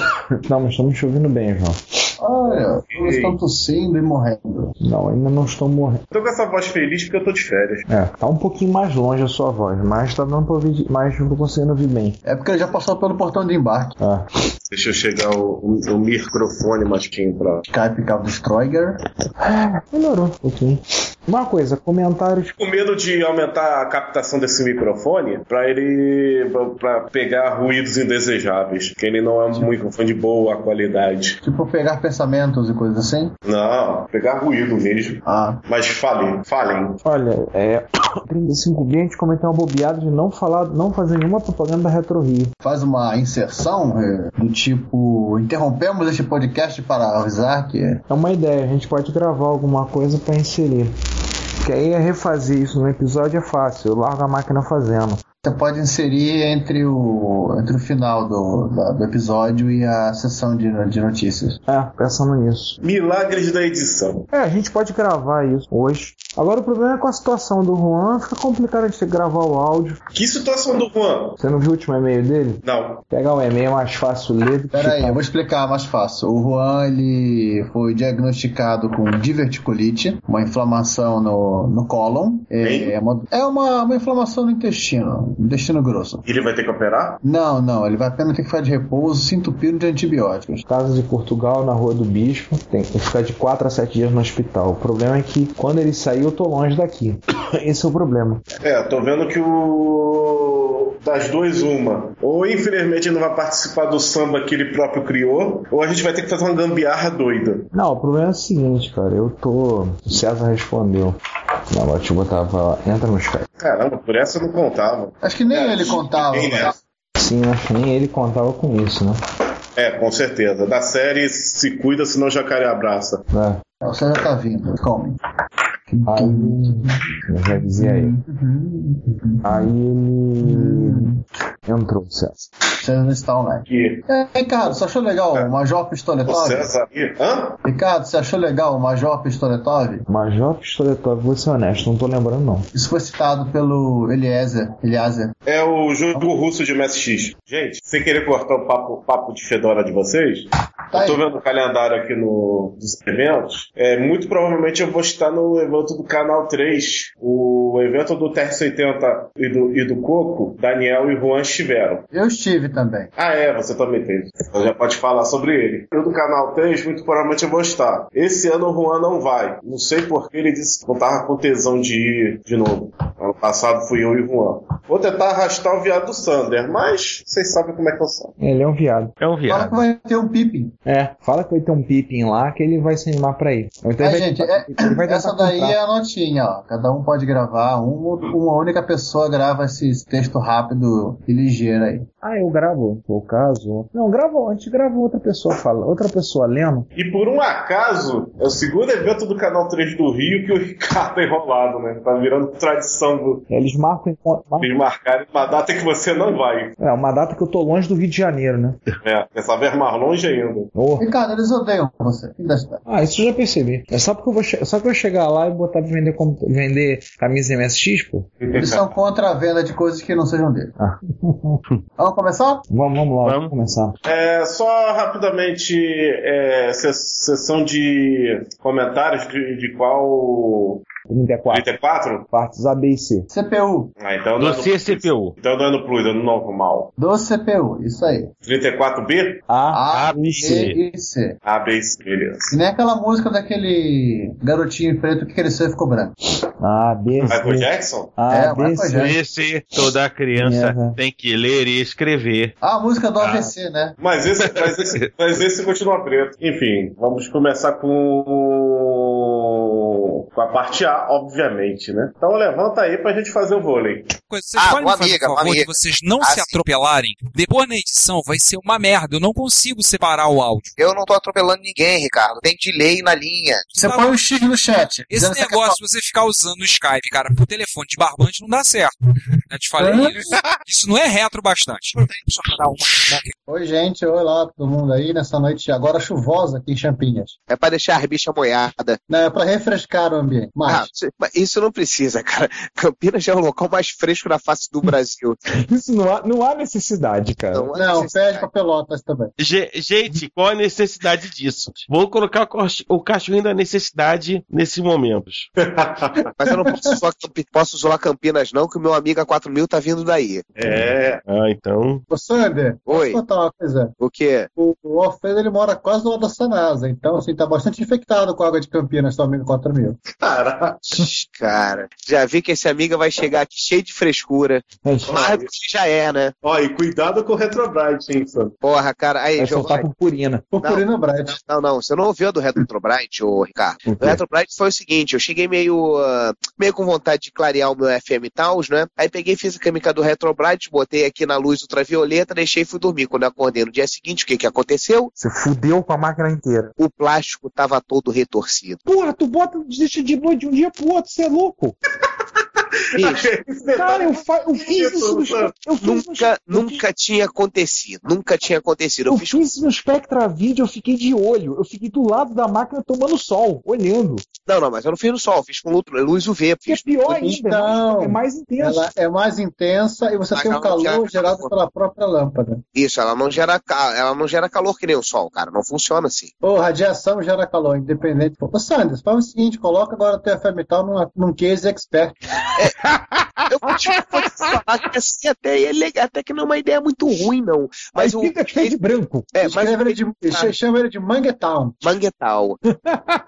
Speaker 3: Não, mas estamos te ouvindo bem, João.
Speaker 4: Olha,
Speaker 13: eles estão
Speaker 4: tossindo e morrendo.
Speaker 3: Não, ainda não estou morrendo.
Speaker 13: Tô com essa voz feliz porque eu tô de férias.
Speaker 3: É, tá um pouquinho mais longe a sua voz, mas tá dando pra ouvir, de- mas não tô conseguindo ouvir bem.
Speaker 4: É porque ele já passou pelo portão de embarque.
Speaker 3: Ah.
Speaker 13: Deixa eu chegar o, o, o microfone mais pra.
Speaker 4: Skype Cabo Stroiger.
Speaker 3: Melhorou um pouquinho.
Speaker 6: Uma coisa, comentários.
Speaker 10: Com medo de aumentar a captação desse microfone pra ele para pegar ruídos indesejáveis, que ele não é um microfone de boa qualidade.
Speaker 4: Tipo, pegar pensamentos e coisas assim?
Speaker 10: Não, pegar ruído mesmo.
Speaker 4: Ah.
Speaker 10: Mas falem, falem.
Speaker 6: Olha, é 35 b a gente cometeu uma bobeada de não falar, não fazer nenhuma propaganda da Retro Rio.
Speaker 4: Faz uma inserção é, do tipo: interrompemos este podcast para avisar que.
Speaker 6: É uma ideia, a gente pode gravar alguma coisa pra inserir. Que aí é refazer isso no episódio é fácil, eu largo a máquina fazendo.
Speaker 4: Você pode inserir entre o, entre o final do, da- do episódio e a sessão de, de notícias.
Speaker 6: É, pensando nisso.
Speaker 10: Milagres da edição.
Speaker 6: É, a gente pode gravar isso hoje. Agora o problema é com a situação do Juan, fica complicado a gente ter que gravar o áudio.
Speaker 10: Que situação do Juan?
Speaker 6: Você não viu o último e-mail dele?
Speaker 10: Não.
Speaker 6: Pegar um e-mail mais fácil ler do que.
Speaker 4: Pera aí, eu vou explicar mais fácil. O Juan ele foi diagnosticado com diverticulite, uma inflamação no, no cólon. É, é uma, é uma- uma inflamação no intestino, no intestino grosso.
Speaker 10: Ele vai ter que operar?
Speaker 4: Não, não, ele vai apenas ter que ficar de repouso, se entupindo de antibióticos. tá?
Speaker 6: Casa de Portugal, na Rua do Bispo, tem que ficar de 4 a 7 dias no hospital. O problema é que quando ele sair, eu tô longe daqui. Esse é o problema.
Speaker 10: É, tô vendo que o. Das duas, uma. Ou infelizmente ele não vai participar do samba que ele próprio criou, ou a gente vai ter que fazer uma gambiarra doida.
Speaker 6: Não, o problema é o seguinte, cara. Eu tô. O César respondeu. Não, agora te botava. Entra no Skype.
Speaker 10: Caramba, por essa eu não contava.
Speaker 4: Acho que
Speaker 10: É,
Speaker 4: nem ele contava.
Speaker 6: Sim, acho que nem ele contava com isso, né?
Speaker 10: É, com certeza. Da série se cuida, senão o jacaré abraça.
Speaker 6: É.
Speaker 4: Você já tá vindo, come.
Speaker 6: Aí. Eu já dizia aí. Aí ele. Entrou o César.
Speaker 4: César não está online.
Speaker 10: E...
Speaker 4: É, Ricardo, você achou legal o Major Pistoletov?
Speaker 10: É. O César aí? Hã?
Speaker 4: Ricardo, você achou legal o Major Pistoletov?
Speaker 6: Major Pistoletov, vou ser honesto, não tô lembrando não.
Speaker 4: Isso foi citado pelo Eliezer. Eliezer.
Speaker 10: É o jogo russo de MSX. Gente, sem querer cortar o papo, papo de fedora de vocês,
Speaker 4: Tá
Speaker 10: eu tô vendo o calendário aqui no, dos eventos. É, muito provavelmente eu vou estar no evento do Canal 3. O evento do TR-80 e do, e do Coco, Daniel e Juan estiveram.
Speaker 4: Eu estive também.
Speaker 10: Ah, é, você também teve. Você já pode falar sobre ele. Eu do canal 3, muito provavelmente eu vou estar. Esse ano o Juan não vai. Não sei porque ele disse que não tava com tesão de ir de novo. Ano passado fui eu e o Juan. Vou tentar arrastar o viado do Sander, mas vocês sabem como é que eu sou.
Speaker 6: Ele é um viado.
Speaker 24: É um
Speaker 4: Fala que vai ter um pipim.
Speaker 6: É, fala que vai ter um pipim lá que ele vai se animar pra ir. Ou então
Speaker 4: Aí,
Speaker 6: ele vai-
Speaker 4: gente, é-
Speaker 6: ele vai
Speaker 4: essa
Speaker 6: tentar
Speaker 4: daí
Speaker 6: comprar.
Speaker 4: é a notinha, ó. Cada um pode gravar, um, uma única pessoa grava esse texto rápido e ligeiro aí.
Speaker 6: Ah, eu gravo, por caso. Não, grava antes, grava outra pessoa fala, outra pessoa lendo.
Speaker 10: E por um acaso, é o segundo evento do canal 3 do Rio que o Ricardo tá enrolado, né? Tá virando tradição do.
Speaker 6: É, Eles marcam encontro.
Speaker 10: Eles marcarem uma data que você não vai.
Speaker 6: É, uma data que eu tô longe do Rio de Janeiro, né?
Speaker 10: É, dessa vez mais longe ainda.
Speaker 6: Oh.
Speaker 4: Ricardo, eles odeiam você. Ainda está.
Speaker 6: Ah, isso eu já percebi. É só porque eu vou, che- só que eu chegar lá e botar pra vender, comp- vender camisa MSX, pô.
Speaker 4: Eles são contra a venda de coisas que não sejam dele.
Speaker 6: Ah.
Speaker 4: Vamos começar?
Speaker 6: Vamos, vamos lá, vamos começar.
Speaker 10: É, só rapidamente, é, se- sessão de comentários de, de qual.
Speaker 6: 34.
Speaker 10: 34?
Speaker 6: Partes A, B e C.
Speaker 4: CPU.
Speaker 10: Ah, então não é no CPU. Então não é no plus, é no normal.
Speaker 4: Do CPU, isso aí.
Speaker 10: 34B?
Speaker 6: A,
Speaker 4: B, C. e C.
Speaker 10: A, B, C, beleza.
Speaker 4: Que nem aquela música daquele garotinho preto que cresceu e ficou branco.
Speaker 6: A, B,
Speaker 24: Michael Jackson?
Speaker 6: A,
Speaker 4: É,
Speaker 6: B,
Speaker 4: Michael
Speaker 6: C.
Speaker 24: Esse toda
Speaker 6: É,
Speaker 24: criança
Speaker 6: né?
Speaker 24: tem que ler e escrever.
Speaker 4: Ah, a música do
Speaker 24: Ah.
Speaker 4: AVC, né?
Speaker 10: Mas esse, mas, esse, mas esse continua preto. Enfim, vamos começar com. com a parte A, obviamente, né? Então levanta aí pra gente fazer o vôlei.
Speaker 25: Coisa, Vocês podem me fazer o favor de vocês não se atropelarem? Depois na edição vai ser uma merda, eu não consigo separar o áudio.
Speaker 26: Eu não tô atropelando ninguém, Ricardo. Tem delay na linha.
Speaker 25: Você põe
Speaker 4: o X no chat.
Speaker 25: Esse negócio de você ficar usando o Skype, cara, pro telefone de barbante não dá certo. Já te falei
Speaker 4: Hã?
Speaker 25: isso. Isso não é retro bastante. Deixa eu dar uma-
Speaker 4: Oi, gente. Oi lá, todo mundo aí, nessa noite agora chuvosa aqui em Champinhas.
Speaker 26: É pra deixar a bicha moiada.
Speaker 4: Não, é pra refrescar o ambiente.
Speaker 26: Ah,
Speaker 4: Mas,
Speaker 26: isso- mas isso não precisa, cara. Campinas já é o local mais fresco da face do Brasil.
Speaker 6: Isso não há, não há necessidade, cara.
Speaker 4: não, pede pra Pelotas também.
Speaker 5: Ge- gente, qual a necessidade disso? Vou colocar o cach- o cachorrinho da necessidade nesse momento.
Speaker 26: Mas eu não posso zoar, Campi- posso zoar Campinas, não, que o meu amigo A4000 tá vindo daí.
Speaker 5: É. Ah, então.
Speaker 4: Ô, Sander,
Speaker 26: Oi.
Speaker 4: posso contar uma coisa?
Speaker 26: O quê?
Speaker 4: O, o Alfredo, ele
Speaker 27: tá
Speaker 4: mora quase do lado da Sanasa, então, assim, tá bastante infectado com a água de Campinas, seu amigo 4000.
Speaker 10: Cara, Cara, já vi que esse amiga vai chegar aqui cheio de frescura. Largo que já é, né?
Speaker 28: Ó, e cuidado com o Retrobrite, hein, Sam?
Speaker 10: Porra, cara. Aí,
Speaker 6: é
Speaker 28: Vai
Speaker 10: Giovanni.
Speaker 28: soltar
Speaker 29: purpurina.
Speaker 10: Purpurina
Speaker 27: Bright.
Speaker 10: Não, não, você não ouviu a do Retrobrite, ô Ricardo.
Speaker 27: O
Speaker 10: O
Speaker 27: quê?
Speaker 10: Retrobrite foi o seguinte: eu cheguei meio, ah, meio com vontade de clarear o meu FM e tal, né? Aí peguei, fiz a câmica do Retrobrite, botei aqui na luz ultravioleta, deixei e fui dormir. Quando eu acordei no dia seguinte, o que que aconteceu?
Speaker 26: Você fudeu com a máquina inteira.
Speaker 10: O plástico tava todo retorcido.
Speaker 6: Porra, tu bota, deixa de noite de um dia pro outro, você é louco. Cara, eu, fa- eu fiz isso no Spectra. Eu fiz no
Speaker 10: Nunca, nunca tinha acontecido. Nunca tinha acontecido. Eu
Speaker 6: eu
Speaker 10: fiz
Speaker 6: fiz isso no Spectra Video, eu fiquei de olho. Eu fiquei do lado da máquina tomando sol, olhando.
Speaker 10: Não, não, mas eu não fiz no sol, eu fiz com lu- luz UV.
Speaker 6: Que é pior ainda,
Speaker 27: Então,
Speaker 6: é mais intenso.
Speaker 27: Ela é mais intensa e você
Speaker 10: Mas
Speaker 27: tem o
Speaker 10: ela não
Speaker 27: calor
Speaker 10: gera
Speaker 27: gerado
Speaker 10: calor.
Speaker 27: pela própria lâmpada.
Speaker 10: Isso, ela não gera, ca- ela não gera calor que nem o sol, cara. Não funciona assim.
Speaker 27: Ou radiação gera calor, independente. Ô, Sanders, faz o seguinte: coloca agora o teu metal numa, num case expert.
Speaker 10: Eu vou te vou te falar que assim até, é legal, até que não é uma ideia muito ruim, não. Mas o.
Speaker 6: de branco.
Speaker 10: É, mas
Speaker 27: Escreve ele de- ch- chama ele de Manguetown.
Speaker 10: Manguetown.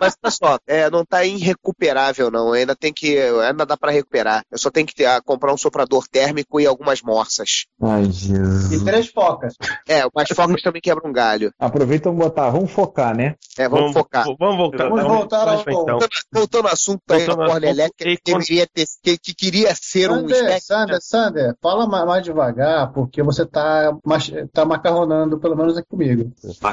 Speaker 10: mas olha só, é, não tá irrecuperável, não. Ainda tem que. Ainda dá pra recuperar. Eu só tenho que ter- ah, comprar um soprador térmico e algumas morsas.
Speaker 6: Ai, Jesus.
Speaker 27: E três focas.
Speaker 10: É, mas focas também quebram um galho.
Speaker 6: Aproveita e vamos botar, vamos focar, né?
Speaker 10: É, vamos, focar.
Speaker 5: Então, Vamos voltar.
Speaker 10: Vamos voltar ao Voltando ao assunto aí da
Speaker 27: Voltando ao
Speaker 10: corda
Speaker 27: assunto,
Speaker 10: elétrica, que, deveria ter- que, que queria ser um
Speaker 27: Sander, Sander, Sander, fala ma- mais, devagar, porque você tá, mach- tá macarronando, pelo menos aqui comigo.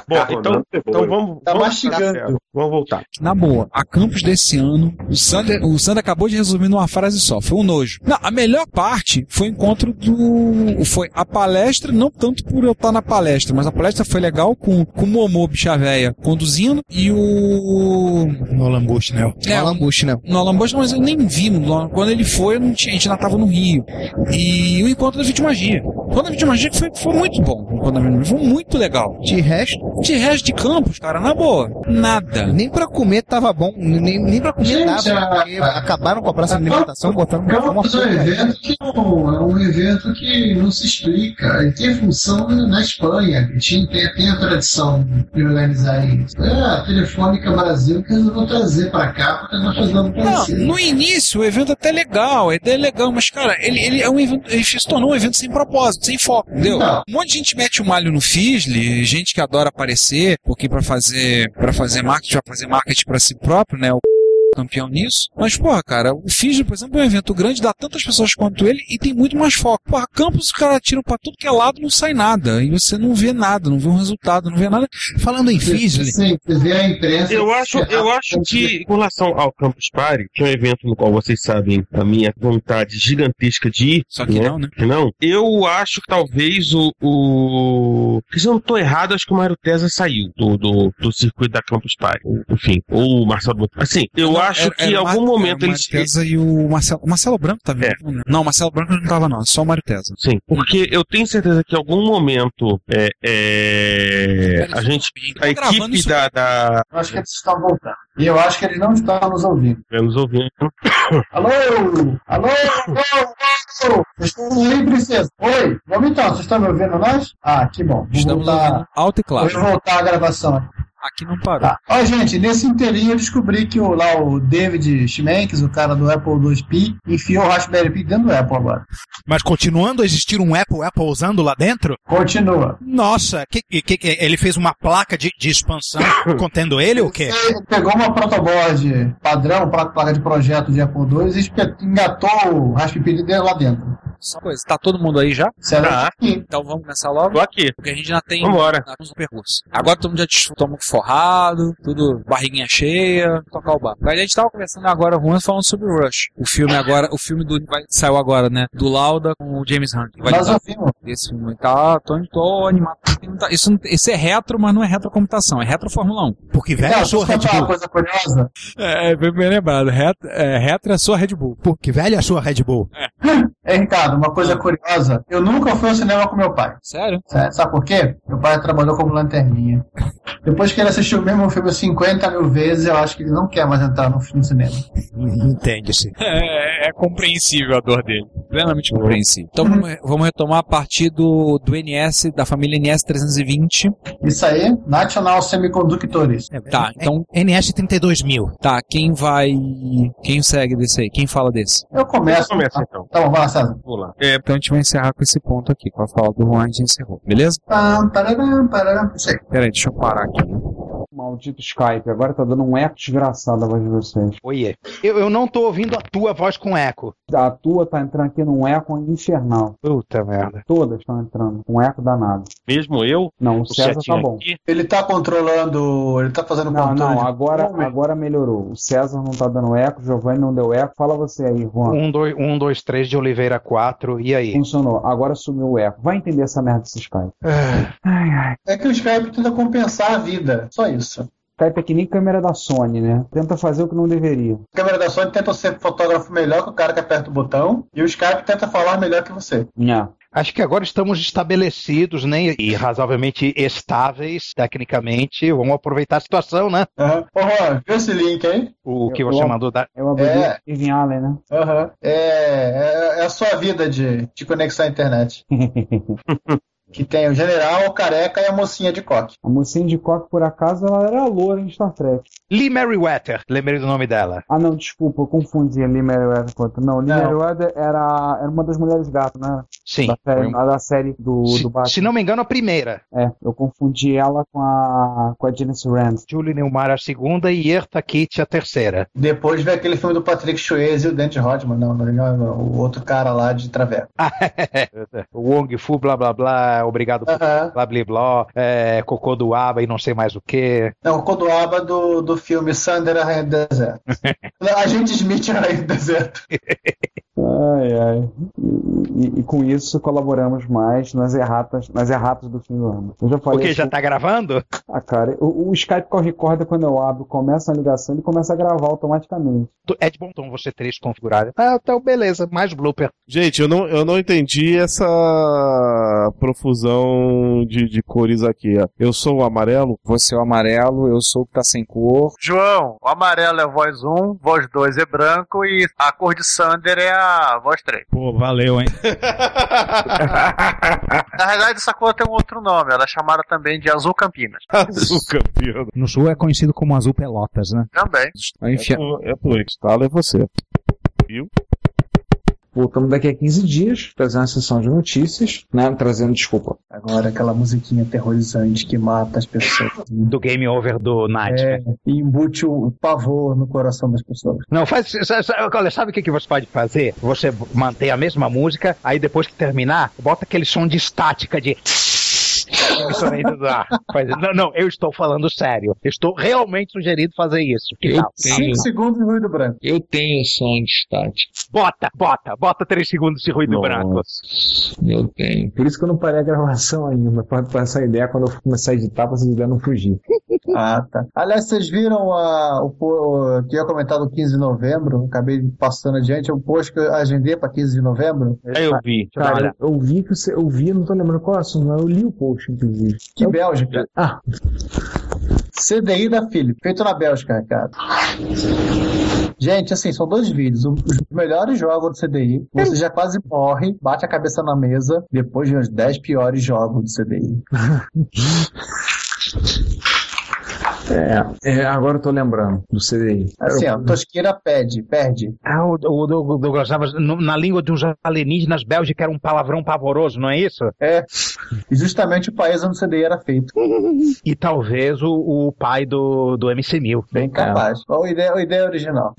Speaker 5: Bom, então, então vamos.
Speaker 27: Tá
Speaker 5: vamos
Speaker 27: mastigando.
Speaker 5: Vamos voltar.
Speaker 26: Na boa, a Campus desse ano, o Sander, o Sander acabou de resumir numa frase só, foi um nojo. Não, a melhor parte foi o encontro do. Foi a palestra, não tanto por eu estar na palestra, mas a palestra foi legal com, com o Momô Bicha Véia conduzindo e o.
Speaker 30: Nolan Bushnell.
Speaker 26: É, Nolan Bushnell. Nolan Bushnell, mas eu nem vi. Nolan- Quando ele foi, eu não tinha- a gente ainda tava no Rio. E o encontro da Vitimagia. O encontro da Vitimagia foi, foi muito bom. O encontro da Vitimagia foi muito legal.
Speaker 30: De resto?
Speaker 26: De resto de campos, cara, na boa. Nada.
Speaker 30: Nem pra comer tava bom, nem, nem pra comer
Speaker 26: Gente,
Speaker 4: Tá,
Speaker 30: dava.
Speaker 26: a-
Speaker 30: porque acabaram com a praça de alimentação, botaram uma
Speaker 4: Campos é um
Speaker 30: porcaria.
Speaker 4: evento que não, é um evento que não se explica. Ele tem função na Espanha, que tinha, tem, tem a tradição de organizar isso. É a Telefônica Brasil que resolveu trazer pra cá porque nós fazemos
Speaker 26: Não, no início o evento até é legal, a ideia é legal, mas cara, ele, ele é um evento, ele se tornou um evento sem propósito, sem foco, entendeu?
Speaker 4: Não.
Speaker 26: Um monte de gente mete o malho no Fisle, gente que adora aparecer, porque pra fazer para fazer marketing, vai fazer marketing pra si próprio, né? O campeão nisso. Mas, porra, cara, o Fisle, por exemplo, é um evento grande, dá tantas pessoas quanto ele e tem muito mais foco. Porra, campus, os caras tiram pra tudo que é lado, não sai nada. E você não vê nada, não vê um resultado, não vê nada. Falando em Fisle.
Speaker 4: Sim, assim, você vê a imprensa.
Speaker 5: Eu acho, eu acho que, com relação ao Campus Party, que é um evento no qual vocês sabem a minha vontade gigantesca de ir.
Speaker 26: Só que não, né?
Speaker 5: Que não. Eu acho que talvez o. o... Se eu não tô errado, acho que o Mário Tesa saiu do, do, do circuito da Campus Party. Enfim, ou o Marcelo. Botelho. Assim, eu acho
Speaker 26: Era-
Speaker 5: que
Speaker 26: era
Speaker 5: em
Speaker 26: o É, Mar-
Speaker 5: algum momento
Speaker 26: era o
Speaker 5: eles. É.
Speaker 26: Mário Tesa e o Marcelo, o Marcelo Branco tá vivo? Não, Não, o Marcelo Branco não tava não, só o Mário Tesa.
Speaker 5: Sim, porque eu tenho certeza que em algum momento é, é, a gente,
Speaker 26: Tá
Speaker 5: a equipe da, da-
Speaker 4: Eu acho que eles estão voltando. E eu acho que ele não está nos ouvindo.
Speaker 5: é, nos ouvindo.
Speaker 4: Alô? Alô? Alô? Vocês estão me ouvindo, princesa? Oi? Vamos então, vocês estão me ouvindo nós? Ah, que bom. Vou
Speaker 26: Estamos
Speaker 4: voltar,
Speaker 26: ouvindo alto e claro.
Speaker 4: Vou voltar a gravação aqui.
Speaker 26: Aqui não parou.
Speaker 4: Ó, gente, nesse inteirinho eu descobri que o, lá o David Schmenkes, o cara do Apple 2P, enfiou o Raspberry Pi dentro do Apple agora.
Speaker 30: Mas continuando a existir um Apple Apple usando lá dentro?
Speaker 4: Continua.
Speaker 30: Nossa, que, que- que- ele fez uma placa de, de expansão contendo ele ou o
Speaker 26: É.
Speaker 30: quê?
Speaker 4: Ele pegou uma protoboard padrão, pra- placa de projeto de Apple 2 e espe- engatou o Raspberry Pi dele lá dentro.
Speaker 26: Só uma coisa, tá todo mundo aí já?
Speaker 4: Será?
Speaker 26: Então vamos começar logo?
Speaker 5: Tô aqui.
Speaker 26: Porque a gente já tem
Speaker 5: Vambora.
Speaker 26: já temos um percurso. Agora todo mundo já des- estômago um forrado, tudo barriguinha cheia, tocar o bar. Mas a gente tava conversando agora, Juan, falando sobre o Rush. O filme agora, o filme do vai- saiu agora, né? Do Lauda com o James Hunt. Vai
Speaker 4: Nós
Speaker 26: dar-
Speaker 4: ouvimos.
Speaker 26: Esse filme tá, tô, tô animado. Tem muita- Isso, não- isso é retro, mas não é retrocomputação, é retro Fórmula 1.
Speaker 30: Porque velho,
Speaker 4: Não,
Speaker 30: eu sou
Speaker 4: É,
Speaker 30: Red
Speaker 4: deixa eu falar
Speaker 30: Bull.
Speaker 4: uma coisa curiosa.
Speaker 26: É, bem, bem lembrado. Retro é, retro é só Red Bull.
Speaker 30: Porque velho, é a sua Red Bull.
Speaker 4: É, Ricardo, Ricardo, uma coisa curiosa. Eu nunca fui ao cinema com meu pai.
Speaker 26: Sério?
Speaker 4: Sério. Sabe por quê? Meu pai trabalhou como lanterninha. Depois que ele assistiu o mesmo filme 50 mil vezes, eu acho que ele não quer mais entrar no filme cinema.
Speaker 26: Entende-se.
Speaker 31: É, é compreensível a dor dele.
Speaker 26: Plenamente compreensível. Então vamos- vamos retomar a partir do, do NS, da família NS320.
Speaker 4: Isso aí, National Semiconductores.
Speaker 26: Tá, então.
Speaker 32: NS 32000.
Speaker 26: Tá, quem vai. Quem segue desse aí? Quem fala desse?
Speaker 4: Eu começo.
Speaker 26: Começa, então.
Speaker 4: Tá bom, vai lá, César.
Speaker 26: Vamos lá.
Speaker 5: É,
Speaker 26: Então a gente vai encerrar com esse ponto aqui, com a fala do Juan, a gente encerrou, beleza?
Speaker 4: Pam, pararam, pararam. Isso aí.
Speaker 26: Peraí, deixa eu parar aqui.
Speaker 3: Maldito Skype, agora tá dando um eco desgraçado a voz de vocês.
Speaker 5: Oiê. Eu, eu não tô ouvindo a tua voz com eco.
Speaker 3: A tua tá entrando aqui num eco infernal.
Speaker 5: Puta merda.
Speaker 3: Todas estão entrando, um eco danado.
Speaker 33: Mesmo eu?
Speaker 3: Não, o César tá bom.
Speaker 4: Ele tá controlando, ele tá fazendo
Speaker 3: Não,
Speaker 4: controle.
Speaker 3: não,
Speaker 4: de-
Speaker 3: agora, agora melhorou. O César não tá dando eco, o Giovanni não deu eco. Fala você aí, Juan.
Speaker 5: Um, dois, um, dois, três de Oliveira 4, e aí?
Speaker 3: Funcionou, agora sumiu o eco. Vai entender essa merda desse Skype.
Speaker 4: É que o Skype tenta compensar a vida. Só isso.
Speaker 3: Skype é que nem câmera da Sony, né? Tenta fazer o que não deveria.
Speaker 4: A câmera da Sony tenta ser fotógrafo melhor que o cara que aperta o botão. E o Skype tenta falar melhor que você.
Speaker 5: Acho que agora estamos estabelecidos, né? E razoavelmente estáveis, tecnicamente. Vamos aproveitar a situação, né?
Speaker 4: Ô, Juan, viu esse link aí?
Speaker 5: O que
Speaker 4: Eu-
Speaker 5: você
Speaker 4: eu-
Speaker 5: mandou da.
Speaker 3: É uma
Speaker 4: É.
Speaker 3: Steven Allen, né?
Speaker 4: Aham. É, é, é a sua vida de, de conexão à internet. que tem o general, o careca e a mocinha de coque.
Speaker 3: A mocinha de coque, por acaso, ela era loura em Star Trek.
Speaker 5: Lee Merriweather, lembrei do nome dela.
Speaker 3: Ah, não, desculpa, eu confundi a Lee Meriwether com outra. Não, Lee
Speaker 5: Não.
Speaker 3: Meriwether era, era uma das mulheres gato, né?
Speaker 5: Sim.
Speaker 3: Da
Speaker 5: Foi
Speaker 3: série,
Speaker 5: um-
Speaker 3: a da série do, do Batman.
Speaker 5: Se não me engano, a primeira.
Speaker 3: É, eu confundi ela com a, com a Janice Rand.
Speaker 5: Julie Newmar, a segunda, e Erta Kitt, a terceira.
Speaker 4: Depois vem aquele filme do Patrick Swayze e o Dante Rodman. Não, não, não, não, o outro cara lá de Traveco.
Speaker 5: o Wong Fu, blá blá blá, obrigado por
Speaker 4: Aham.
Speaker 5: blá blá blá, é, cocô do Aba e não sei mais o que.
Speaker 4: Não, o Codoaba do, do filme Sander Arranha do Deserto. Não, Agente Smith Arranha do Deserto.
Speaker 3: Ai, ai. E, e- e com isso colaboramos mais nas erratas, nas erratas do fim do ano. Eu já falei.
Speaker 5: Porque já
Speaker 3: assim-
Speaker 5: tá gravando?
Speaker 3: Ah, cara, o, o Skype corre corda quando eu abro, começa a ligação, ele começa a gravar automaticamente.
Speaker 5: Tu- É de bom tom você ter isso configurado. Ah, então beleza, mais blooper.
Speaker 34: Gente, eu não, eu não entendi essa profusão de, de cores aqui. ó. Eu sou o amarelo?
Speaker 26: Você é o amarelo, eu sou o que tá sem cor.
Speaker 35: João, o amarelo é voz 1, voz 2 é branco e a cor de Sander é a voz 3.
Speaker 32: Pô, valeu, hein?
Speaker 35: Na realidade, essa cor tem um outro nome, ela é chamada também de azul Campinas.
Speaker 34: Azul campeão.
Speaker 32: No sul é conhecido como Azul Pelotas, né?
Speaker 35: Também.
Speaker 34: É tu, é tu, instala é você. Viu?
Speaker 6: Voltamos daqui a 15 dias, trazendo a sessão de notícias, né? Trazendo, desculpa.
Speaker 4: Agora aquela musiquinha aterrorizante que mata as pessoas.
Speaker 5: Do Game Over do Night.
Speaker 4: É, e embute o pavor no coração das pessoas.
Speaker 5: Não, faz. sa- sa- Olha, sabe o que, que você pode fazer? Você mantém a mesma música, aí depois que terminar, bota aquele som de estática de. Emissorando do ar. Faz- Não, não, eu estou falando sério. Eu Estou realmente sugerindo fazer isso. Que
Speaker 4: Eu
Speaker 5: tal?
Speaker 4: tenho. Cinco segundos de ruído branco.
Speaker 5: Eu tenho um som de estática. Bota, bota, bota três segundos de ruído branco.
Speaker 6: Eu tenho. Por isso que eu não parei a gravação ainda, pra, pra essa ideia, quando eu começar a editar, pra vocês ideia não fugir.
Speaker 4: Ah, tá. Aliás, vocês viram a, o, po- o que eu ia comentar do 15 de novembro? Acabei passando adiante. É um post que eu agendei para 15 de novembro.
Speaker 35: vi.
Speaker 6: Cara, eu, eu vi que você. Eu vi, eu não tô lembrando qual é o assunto, mas eu li o post, inclusive.
Speaker 4: Que Bélgica.
Speaker 6: Ah.
Speaker 4: CDI da Philip, feito na Bélgica, Ricardo. Gente, assim, são dois vídeos. O- Os melhores jogos do CDI. Você já quase morre, bate a cabeça na mesa, depois de uns 10 piores jogos do CDI.
Speaker 6: É, é, agora eu tô lembrando do CDI.
Speaker 4: Assim, ó, Tosqueira pede, perde.
Speaker 5: Ah, o, o, o, o Douglas Adams, no- na língua de uns alienígenas bélgica era um palavrão pavoroso, não é isso?
Speaker 4: É. E justamente o país onde o CDI era feito.
Speaker 5: E talvez o, o pai do, do MC1000.
Speaker 4: Bem capaz. Então Qual a ideia, a ideia original?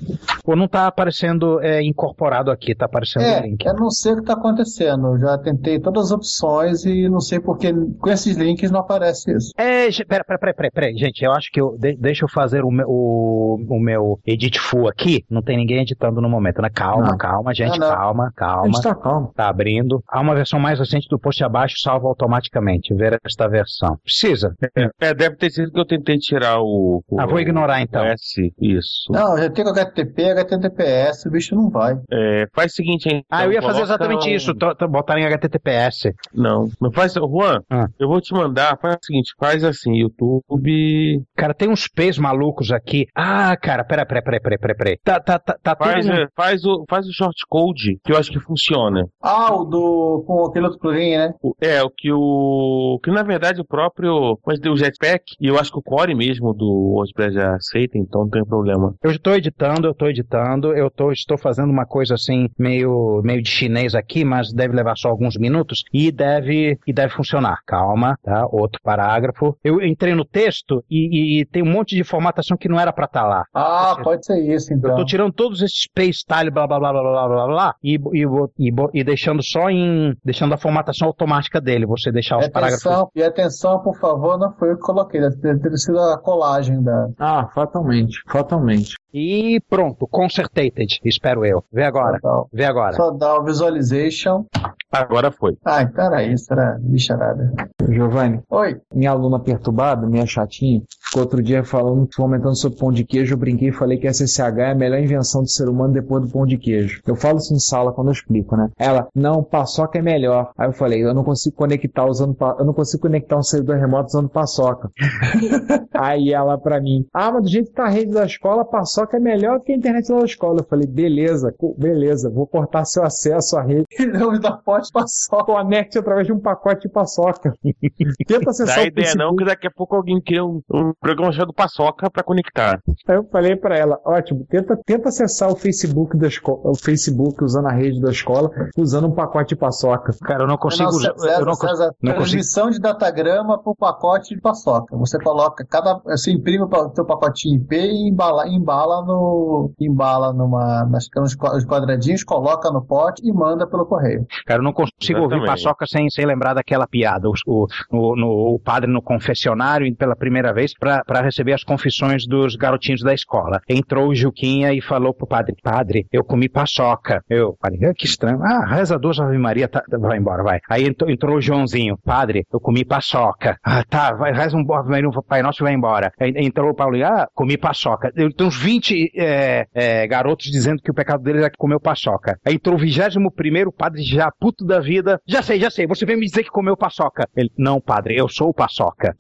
Speaker 5: Ou não tá aparecendo é, incorporado aqui, tá aparecendo
Speaker 4: É,
Speaker 5: o link.
Speaker 4: eu não sei o que está acontecendo. Eu já tentei todas as opções e não sei porque com esses links não aparece isso.
Speaker 5: É, ge- pera, pera, pera, pera, pera, gente, eu acho que eu. de- deixa eu fazer o meu, o, o meu edit full aqui. Não tem ninguém editando no momento, né? Calma,
Speaker 6: Não.
Speaker 4: Ah,
Speaker 5: calma, gente,
Speaker 6: Não, não.
Speaker 5: calma,
Speaker 6: Ah, A
Speaker 5: calma.
Speaker 6: gente tá calmo.
Speaker 5: Tá abrindo. Há uma versão mais recente do post abaixo, salva
Speaker 6: automaticamente ver esta versão. Precisa.
Speaker 5: É, deve ter sido que eu tentei tirar o. o
Speaker 6: Ah, vou ignorar, então. Tá.
Speaker 5: o S, isso.
Speaker 4: Não, já tem com HTTP, HTTPS, o bicho não vai.
Speaker 5: É, faz o seguinte, hein?
Speaker 6: Ah, eu ia fazer
Speaker 5: Coloca
Speaker 6: exatamente
Speaker 5: um-
Speaker 6: isso, tá. to- to- botar em HTTPS.
Speaker 5: Não, não faz. Juan,
Speaker 6: Ah.
Speaker 5: eu vou te mandar. Faz o seguinte, faz assim, YouTube.
Speaker 6: Cara, tem uns P's malucos aqui. Ah, cara, pera, pera, pera, pera, pera, pera. Tá, tá, tá, tá
Speaker 5: Faz,
Speaker 6: tudo...
Speaker 5: é, faz, o, faz o short code, que eu acho que funciona.
Speaker 4: Ah, o do. com aquele outro plurinho, né?
Speaker 5: O- É, o que o. Que na verdade o próprio. Mas deu o jetpack, e eu acho que o core mesmo do WordPress já aceita, então não tem problema.
Speaker 6: Eu estou editando, eu estou editando, eu tô, estou fazendo uma coisa assim, meio, meio de chinês aqui, mas deve levar só alguns minutos e deve, e deve funcionar. Calma, tá? Outro parágrafo. Eu entrei no texto e, e- e tem um monte de formatação que não era para estar lá.
Speaker 4: Ah, pode ser isso, então.
Speaker 6: Eu
Speaker 3: Tá.
Speaker 6: tô tirando todos esses space style, blá blá blá blá blá blá blá e, bo- e, bo- e, bo- e deixando só em. deixando a formatação automática dele, você deixar os
Speaker 3: É,
Speaker 4: E
Speaker 6: parágrafos.
Speaker 4: atenção, e atenção, por favor, não foi eu que coloquei, deve ter sido a colagem da.
Speaker 6: Ah, fatalmente, fatalmente. E pronto, concertated, espero eu. Vê agora, vê agora.
Speaker 4: Só dá o visualization. Ah, então
Speaker 5: Agora foi.
Speaker 4: Ai, peraí, será bicharada.
Speaker 3: Giovanni. Oi. Minha aluna perturbada, minha chatinha, ficou outro dia falando, comentando sobre pão de queijo. Eu brinquei e falei que a SSH é a melhor invenção do ser humano depois do pão de queijo. Eu falo isso em sala quando eu explico, né? Ela, não, paçoca é melhor. Aí eu falei, eu não consigo conectar usando, pa- eu não consigo conectar um servidor remoto usando paçoca. Aí ela pra mim, ah, mas do jeito que tá a rede da escola, a paçoca é melhor que a internet da escola. Eu falei, beleza, co- beleza, vou cortar seu acesso à rede. Não, me dá pote paçoca. Conecte através de um pacote de paçoca. Tenta acessar
Speaker 5: Dá
Speaker 3: o
Speaker 5: ideia
Speaker 3: Facebook.
Speaker 5: não, que daqui a pouco alguém cria um, um programa chamado Paçoca pra conectar.
Speaker 3: Aí eu falei pra ela, ótimo, tenta, tenta acessar o Facebook da escola, o Facebook usando a rede da escola, usando um pacote de paçoca.
Speaker 6: Cara, eu não
Speaker 4: não, César, César, transmissão de datagrama para o pacote de paçoca. Você coloca cada, você imprime o pa- teu pacotinho IP e embala, embala no, embala numa, nas nos qua- os quadradinhos, coloca no pote e manda pelo correio.
Speaker 6: Cara, eu não consigo ouvir
Speaker 4: Exatamente.
Speaker 6: paçoca sem, sem lembrar daquela piada. O, o, no- no- o padre no confessionário, indo pela primeira vez, para receber as confissões dos garotinhos da escola. Entrou o Juquinha e falou pro padre: Padre, eu comi paçoca. Eu falei: "Ah, Que estranho. Ah, reza duas Ave Maria, tá, vai embora, vai. Aí entrou, entrou o Joãozinho: Padre, eu comi paçoca. Ah, tá, vai, reza um Ave Maria, um Pai Nosso e vai embora. Aí entrou o Paulinho: Ah, comi paçoca. Eu- Tem uns 20 é, é, garotos dizendo que o pecado deles é que comeu paçoca. Aí entrou o 21 primeiro padre já puto da vida. Já sei, já sei, você vem me dizer que comeu paçoca. Ele, não, padre, eu sou o paçoca.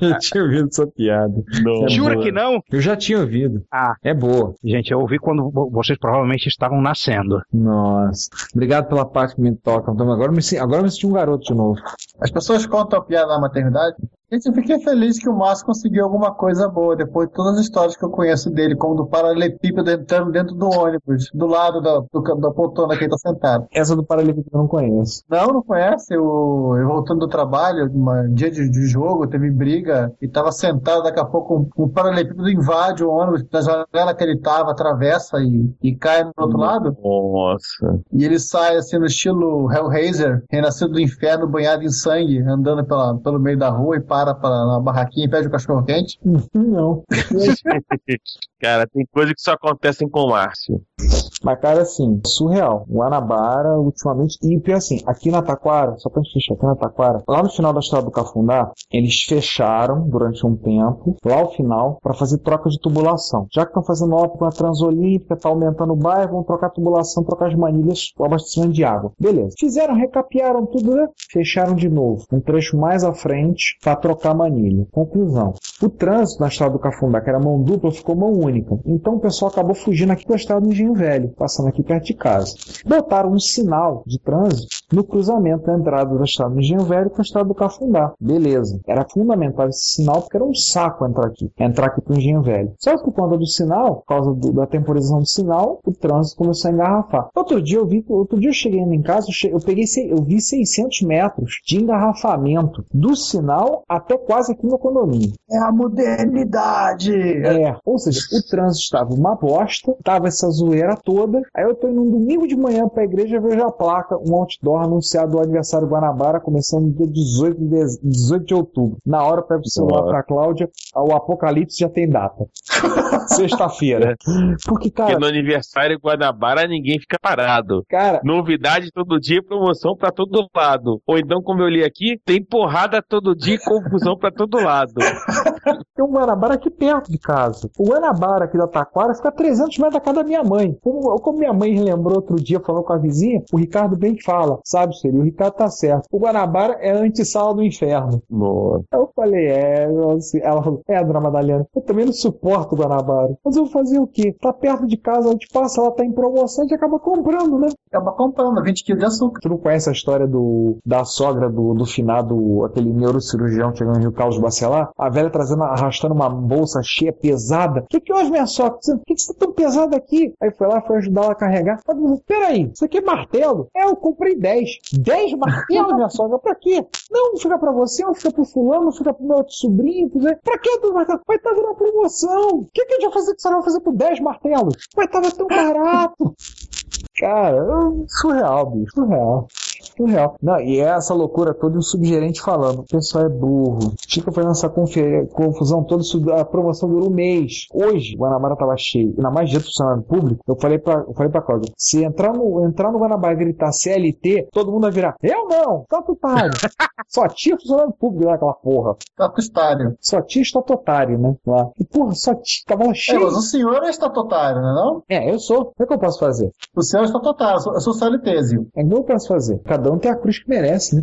Speaker 3: eu tinha ouvido essa piada. É
Speaker 6: Jura
Speaker 3: boa.
Speaker 6: que não?
Speaker 3: Eu já tinha ouvido.
Speaker 6: Ah.
Speaker 3: É boa.
Speaker 6: Gente, eu ouvi quando vo- vocês provavelmente estavam nascendo.
Speaker 3: Nossa. Obrigado pela parte que me toca. Então, agora, eu me, se- agora eu me senti um garoto de novo.
Speaker 4: As pessoas contam a piada na maternidade. Gente, eu fiquei feliz que o Márcio conseguiu alguma coisa boa depois de todas as histórias que eu conheço dele, como do paralelepípedo entrando dentro do ônibus, do lado da, do, ca- da poltrona que ele está sentado.
Speaker 3: Essa do paralelepípedo eu não conheço.
Speaker 4: Não, não conhece. Eu, eu voltando do trabalho, uma- dia de, de jogo, teve briga e tava sentado. Daqui a pouco, um, um paralelepípedo invade o ônibus da janela que ele tava, atravessa e, e cai no outro lado.
Speaker 5: Nossa.
Speaker 4: E ele sai assim no estilo Hellraiser, renascido do inferno, banhado em sangue, andando pela, pelo meio da rua e para pra, na barraquinha e pede o cachorro quente.
Speaker 3: Não.
Speaker 5: Cara, tem coisa que só acontecem com o Márcio.
Speaker 3: Mas, cara, assim, surreal. Guanabara, ultimamente. E pior assim, aqui na Taquara, só pra gente fechar, aqui na Taquara, lá no final da estrada do Cafundá, eles fecharam durante um tempo, lá ao final, pra fazer troca de tubulação. Já que estão fazendo obra com a Transolímpica, tá aumentando o bairro, vão trocar a tubulação, trocar as manilhas, o abastecimento de água. Beleza. Fizeram, recapearam tudo, né? Fecharam de novo. Um trecho mais à frente pra trocar a manilha. Conclusão. O trânsito na estrada do Cafundá, que era mão dupla, ficou mão única. Então o pessoal acabou fugindo aqui para a estrada do Engenho Velho, passando aqui perto de casa. Botaram um sinal de trânsito no cruzamento da entrada da estrada do Engenho Velho com a estrada do Cafundá. Beleza. Era fundamental esse sinal porque era um saco entrar aqui, entrar aqui pro Engenho Velho. Só que por conta do sinal, por causa do- da temporização do sinal, o trânsito começou a engarrafar. Outro dia eu vi, outro dia eu cheguei em casa, eu, che- eu peguei, sei- eu vi 600 metros de engarrafamento do sinal até quase aqui no condomínio.
Speaker 4: É a modernidade!
Speaker 3: É, ou seja, o trânsito estava uma bosta, tava essa zoeira toda.
Speaker 6: toda. Aí eu tô indo um domingo de manhã pra igreja e vejo a placa, um outdoor anunciado o aniversário Guanabara, começando no dia 18 de, dez- 18 de outubro. Na hora eu pego o celular
Speaker 36: Nossa.
Speaker 6: pra Cláudia, o apocalipse já tem data. Sexta-feira. Porque, cara,
Speaker 5: Porque no aniversário Guanabara ninguém fica parado.
Speaker 6: Cara.
Speaker 5: Novidade todo dia, promoção pra todo lado. Ou então, como eu li aqui, tem porrada todo dia e confusão pra todo lado.
Speaker 6: Tem um Guanabara aqui perto de casa. O Guanabara aqui da Taquara fica a 300 metros da casa da minha mãe. Como, como minha mãe lembrou outro dia, falou com a vizinha, o Ricardo bem fala, sabe, Siri? O Ricardo tá certo. O Guanabara é a antessala do inferno.
Speaker 37: Nossa.
Speaker 6: Eu falei, é, eu, assim, ela falou, é, dona Madalena, eu também não suporto o Guanabara. Mas eu vou fazer o quê? Tá perto de casa, a gente passa, ela tá em promoção, a gente acaba comprando, né? Acaba comprando, 20 quilos de açúcar. Tu não conhece a história do, da sogra do, do finado, aquele neurocirurgião chegando em Rio Carlos Bacelar? A velha trazendo, arrastando uma bolsa cheia, pesada. Que que hoje, minha sogra? Por que, que você tá tão pesado aqui? Aí foi lá, foi ajudar ela a carregar. Ela falou, peraí, isso aqui é martelo? É, eu comprei 10. 10 martelos, minha sogra? Pra quê? Não, fica pra você, não fica pro fulano, não fica pro meu outro sobrinho. pro Zé. Pra quê, do martelo? Vai estar virando promoção. O que, que a gente vai fazer que você vai fazer por 10 martelos? Vai tava tão barato. Cara, eu- surreal, bicho, surreal. Surreal. Não, e é essa loucura toda e o subgerente falando: o pessoal é burro. Chico foi nessa confe- confusão toda, isso- a promoção durou um mês. Hoje, o Guanabara tava cheio. E na magia do funcionário público, eu falei pra, eu falei pra Cláudia: se entrar no, entrar no Guanabara e gritar CLT, todo mundo vai virar: eu não, estatutário. Só tinha funcionário público lá, aquela porra.
Speaker 4: Tá
Speaker 6: Estatutário. Só tinha estatutário, né? Lá. E porra, só tinha. Tava cheio.
Speaker 4: mas o senhor é estatutário, não é não?
Speaker 6: É, eu sou. O que, é que eu posso fazer?
Speaker 4: O senhor é estatutário, eu sou- eu sou CLTzinho.
Speaker 6: É igual eu posso fazer. Cada um tem a cruz que merece, né?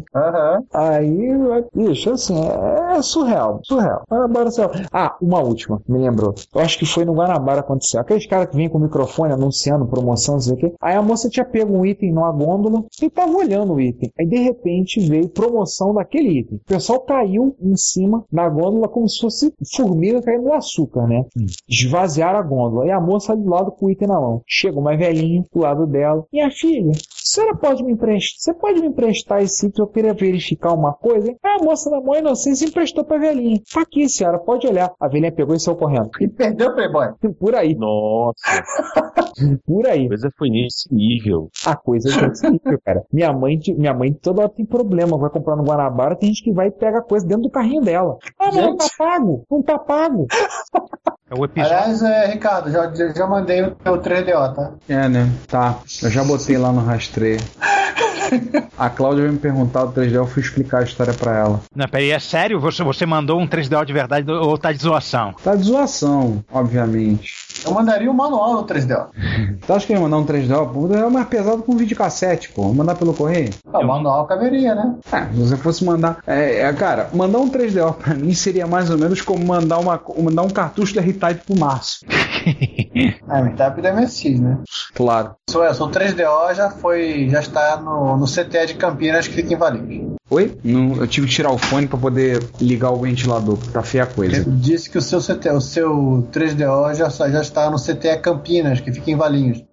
Speaker 6: Aí, é- bicho, assim, é é surreal, surreal. Guanabara, surreal. Ah, uma última, me lembrou. Eu acho que foi no Guanabara aconteceu. Aqueles caras que vinham com o microfone anunciando promoção, não sei o quê. Aí a moça tinha pego um item numa gôndola e tava olhando o item. Aí, de repente, veio promoção daquele item. O pessoal caiu em cima na gôndola como se fosse formiga caindo no açúcar, né? Esvaziaram a gôndola. E a moça ali do lado com o item na mão. Chega uma velhinha do lado dela. Minha filha, a senhora pode me emprestar? Você pode me emprestar esse item? Eu queria verificar uma coisa. Ah, a moça da mão inocência emprestou pra velhinha. Tá aqui, senhora, pode olhar. A velhinha pegou e saiu correndo. E perdeu o Playboy. Por aí.
Speaker 5: Nossa.
Speaker 6: Por aí.
Speaker 5: A coisa foi nesse nível.
Speaker 6: A coisa é desse nível, cara. Minha mãe, de- minha mãe toda hora tem problema. Vai comprar no Guanabara, tem gente que vai e pega a coisa dentro do carrinho dela. Ah, mas não tá pago. Não tá pago.
Speaker 4: É o episódio. Aliás, é, Ricardo, já, já já mandei o teu 3DO, tá?
Speaker 3: É, né? Tá. Eu já botei lá no rastreio. A Cláudia veio me perguntar do 3D, eu fui explicar a história pra ela.
Speaker 38: Não, peraí, é sério? Você, você mandou um 3DO de verdade ou tá de zoação?
Speaker 3: Tá de zoação, obviamente.
Speaker 4: Eu mandaria o manual no 3DO.
Speaker 3: Tu acha que eu ia mandar um 3D? Pô, É mais pesado que um videocassete, pô. Mandar pelo correio?
Speaker 4: Ah, o manual caberia, né?
Speaker 3: É, se você fosse mandar. É, é, cara, mandar um 3DO pra mim seria mais ou menos como mandar, uma, mandar um cartucho da R-Type pro Márcio.
Speaker 4: É, meetup da MSX, né?
Speaker 3: Claro.
Speaker 4: Sou eu, sou 3DO, já foi, já está no, no CTE de Campinas, que fica em Valinhos.
Speaker 3: Oi? Não, eu tive que tirar o fone pra poder ligar o ventilador, porque tá feia a coisa.
Speaker 4: Disse que o seu CTE, o seu 3DO já, só- já está no CTE Campinas, que fica em Valinhos.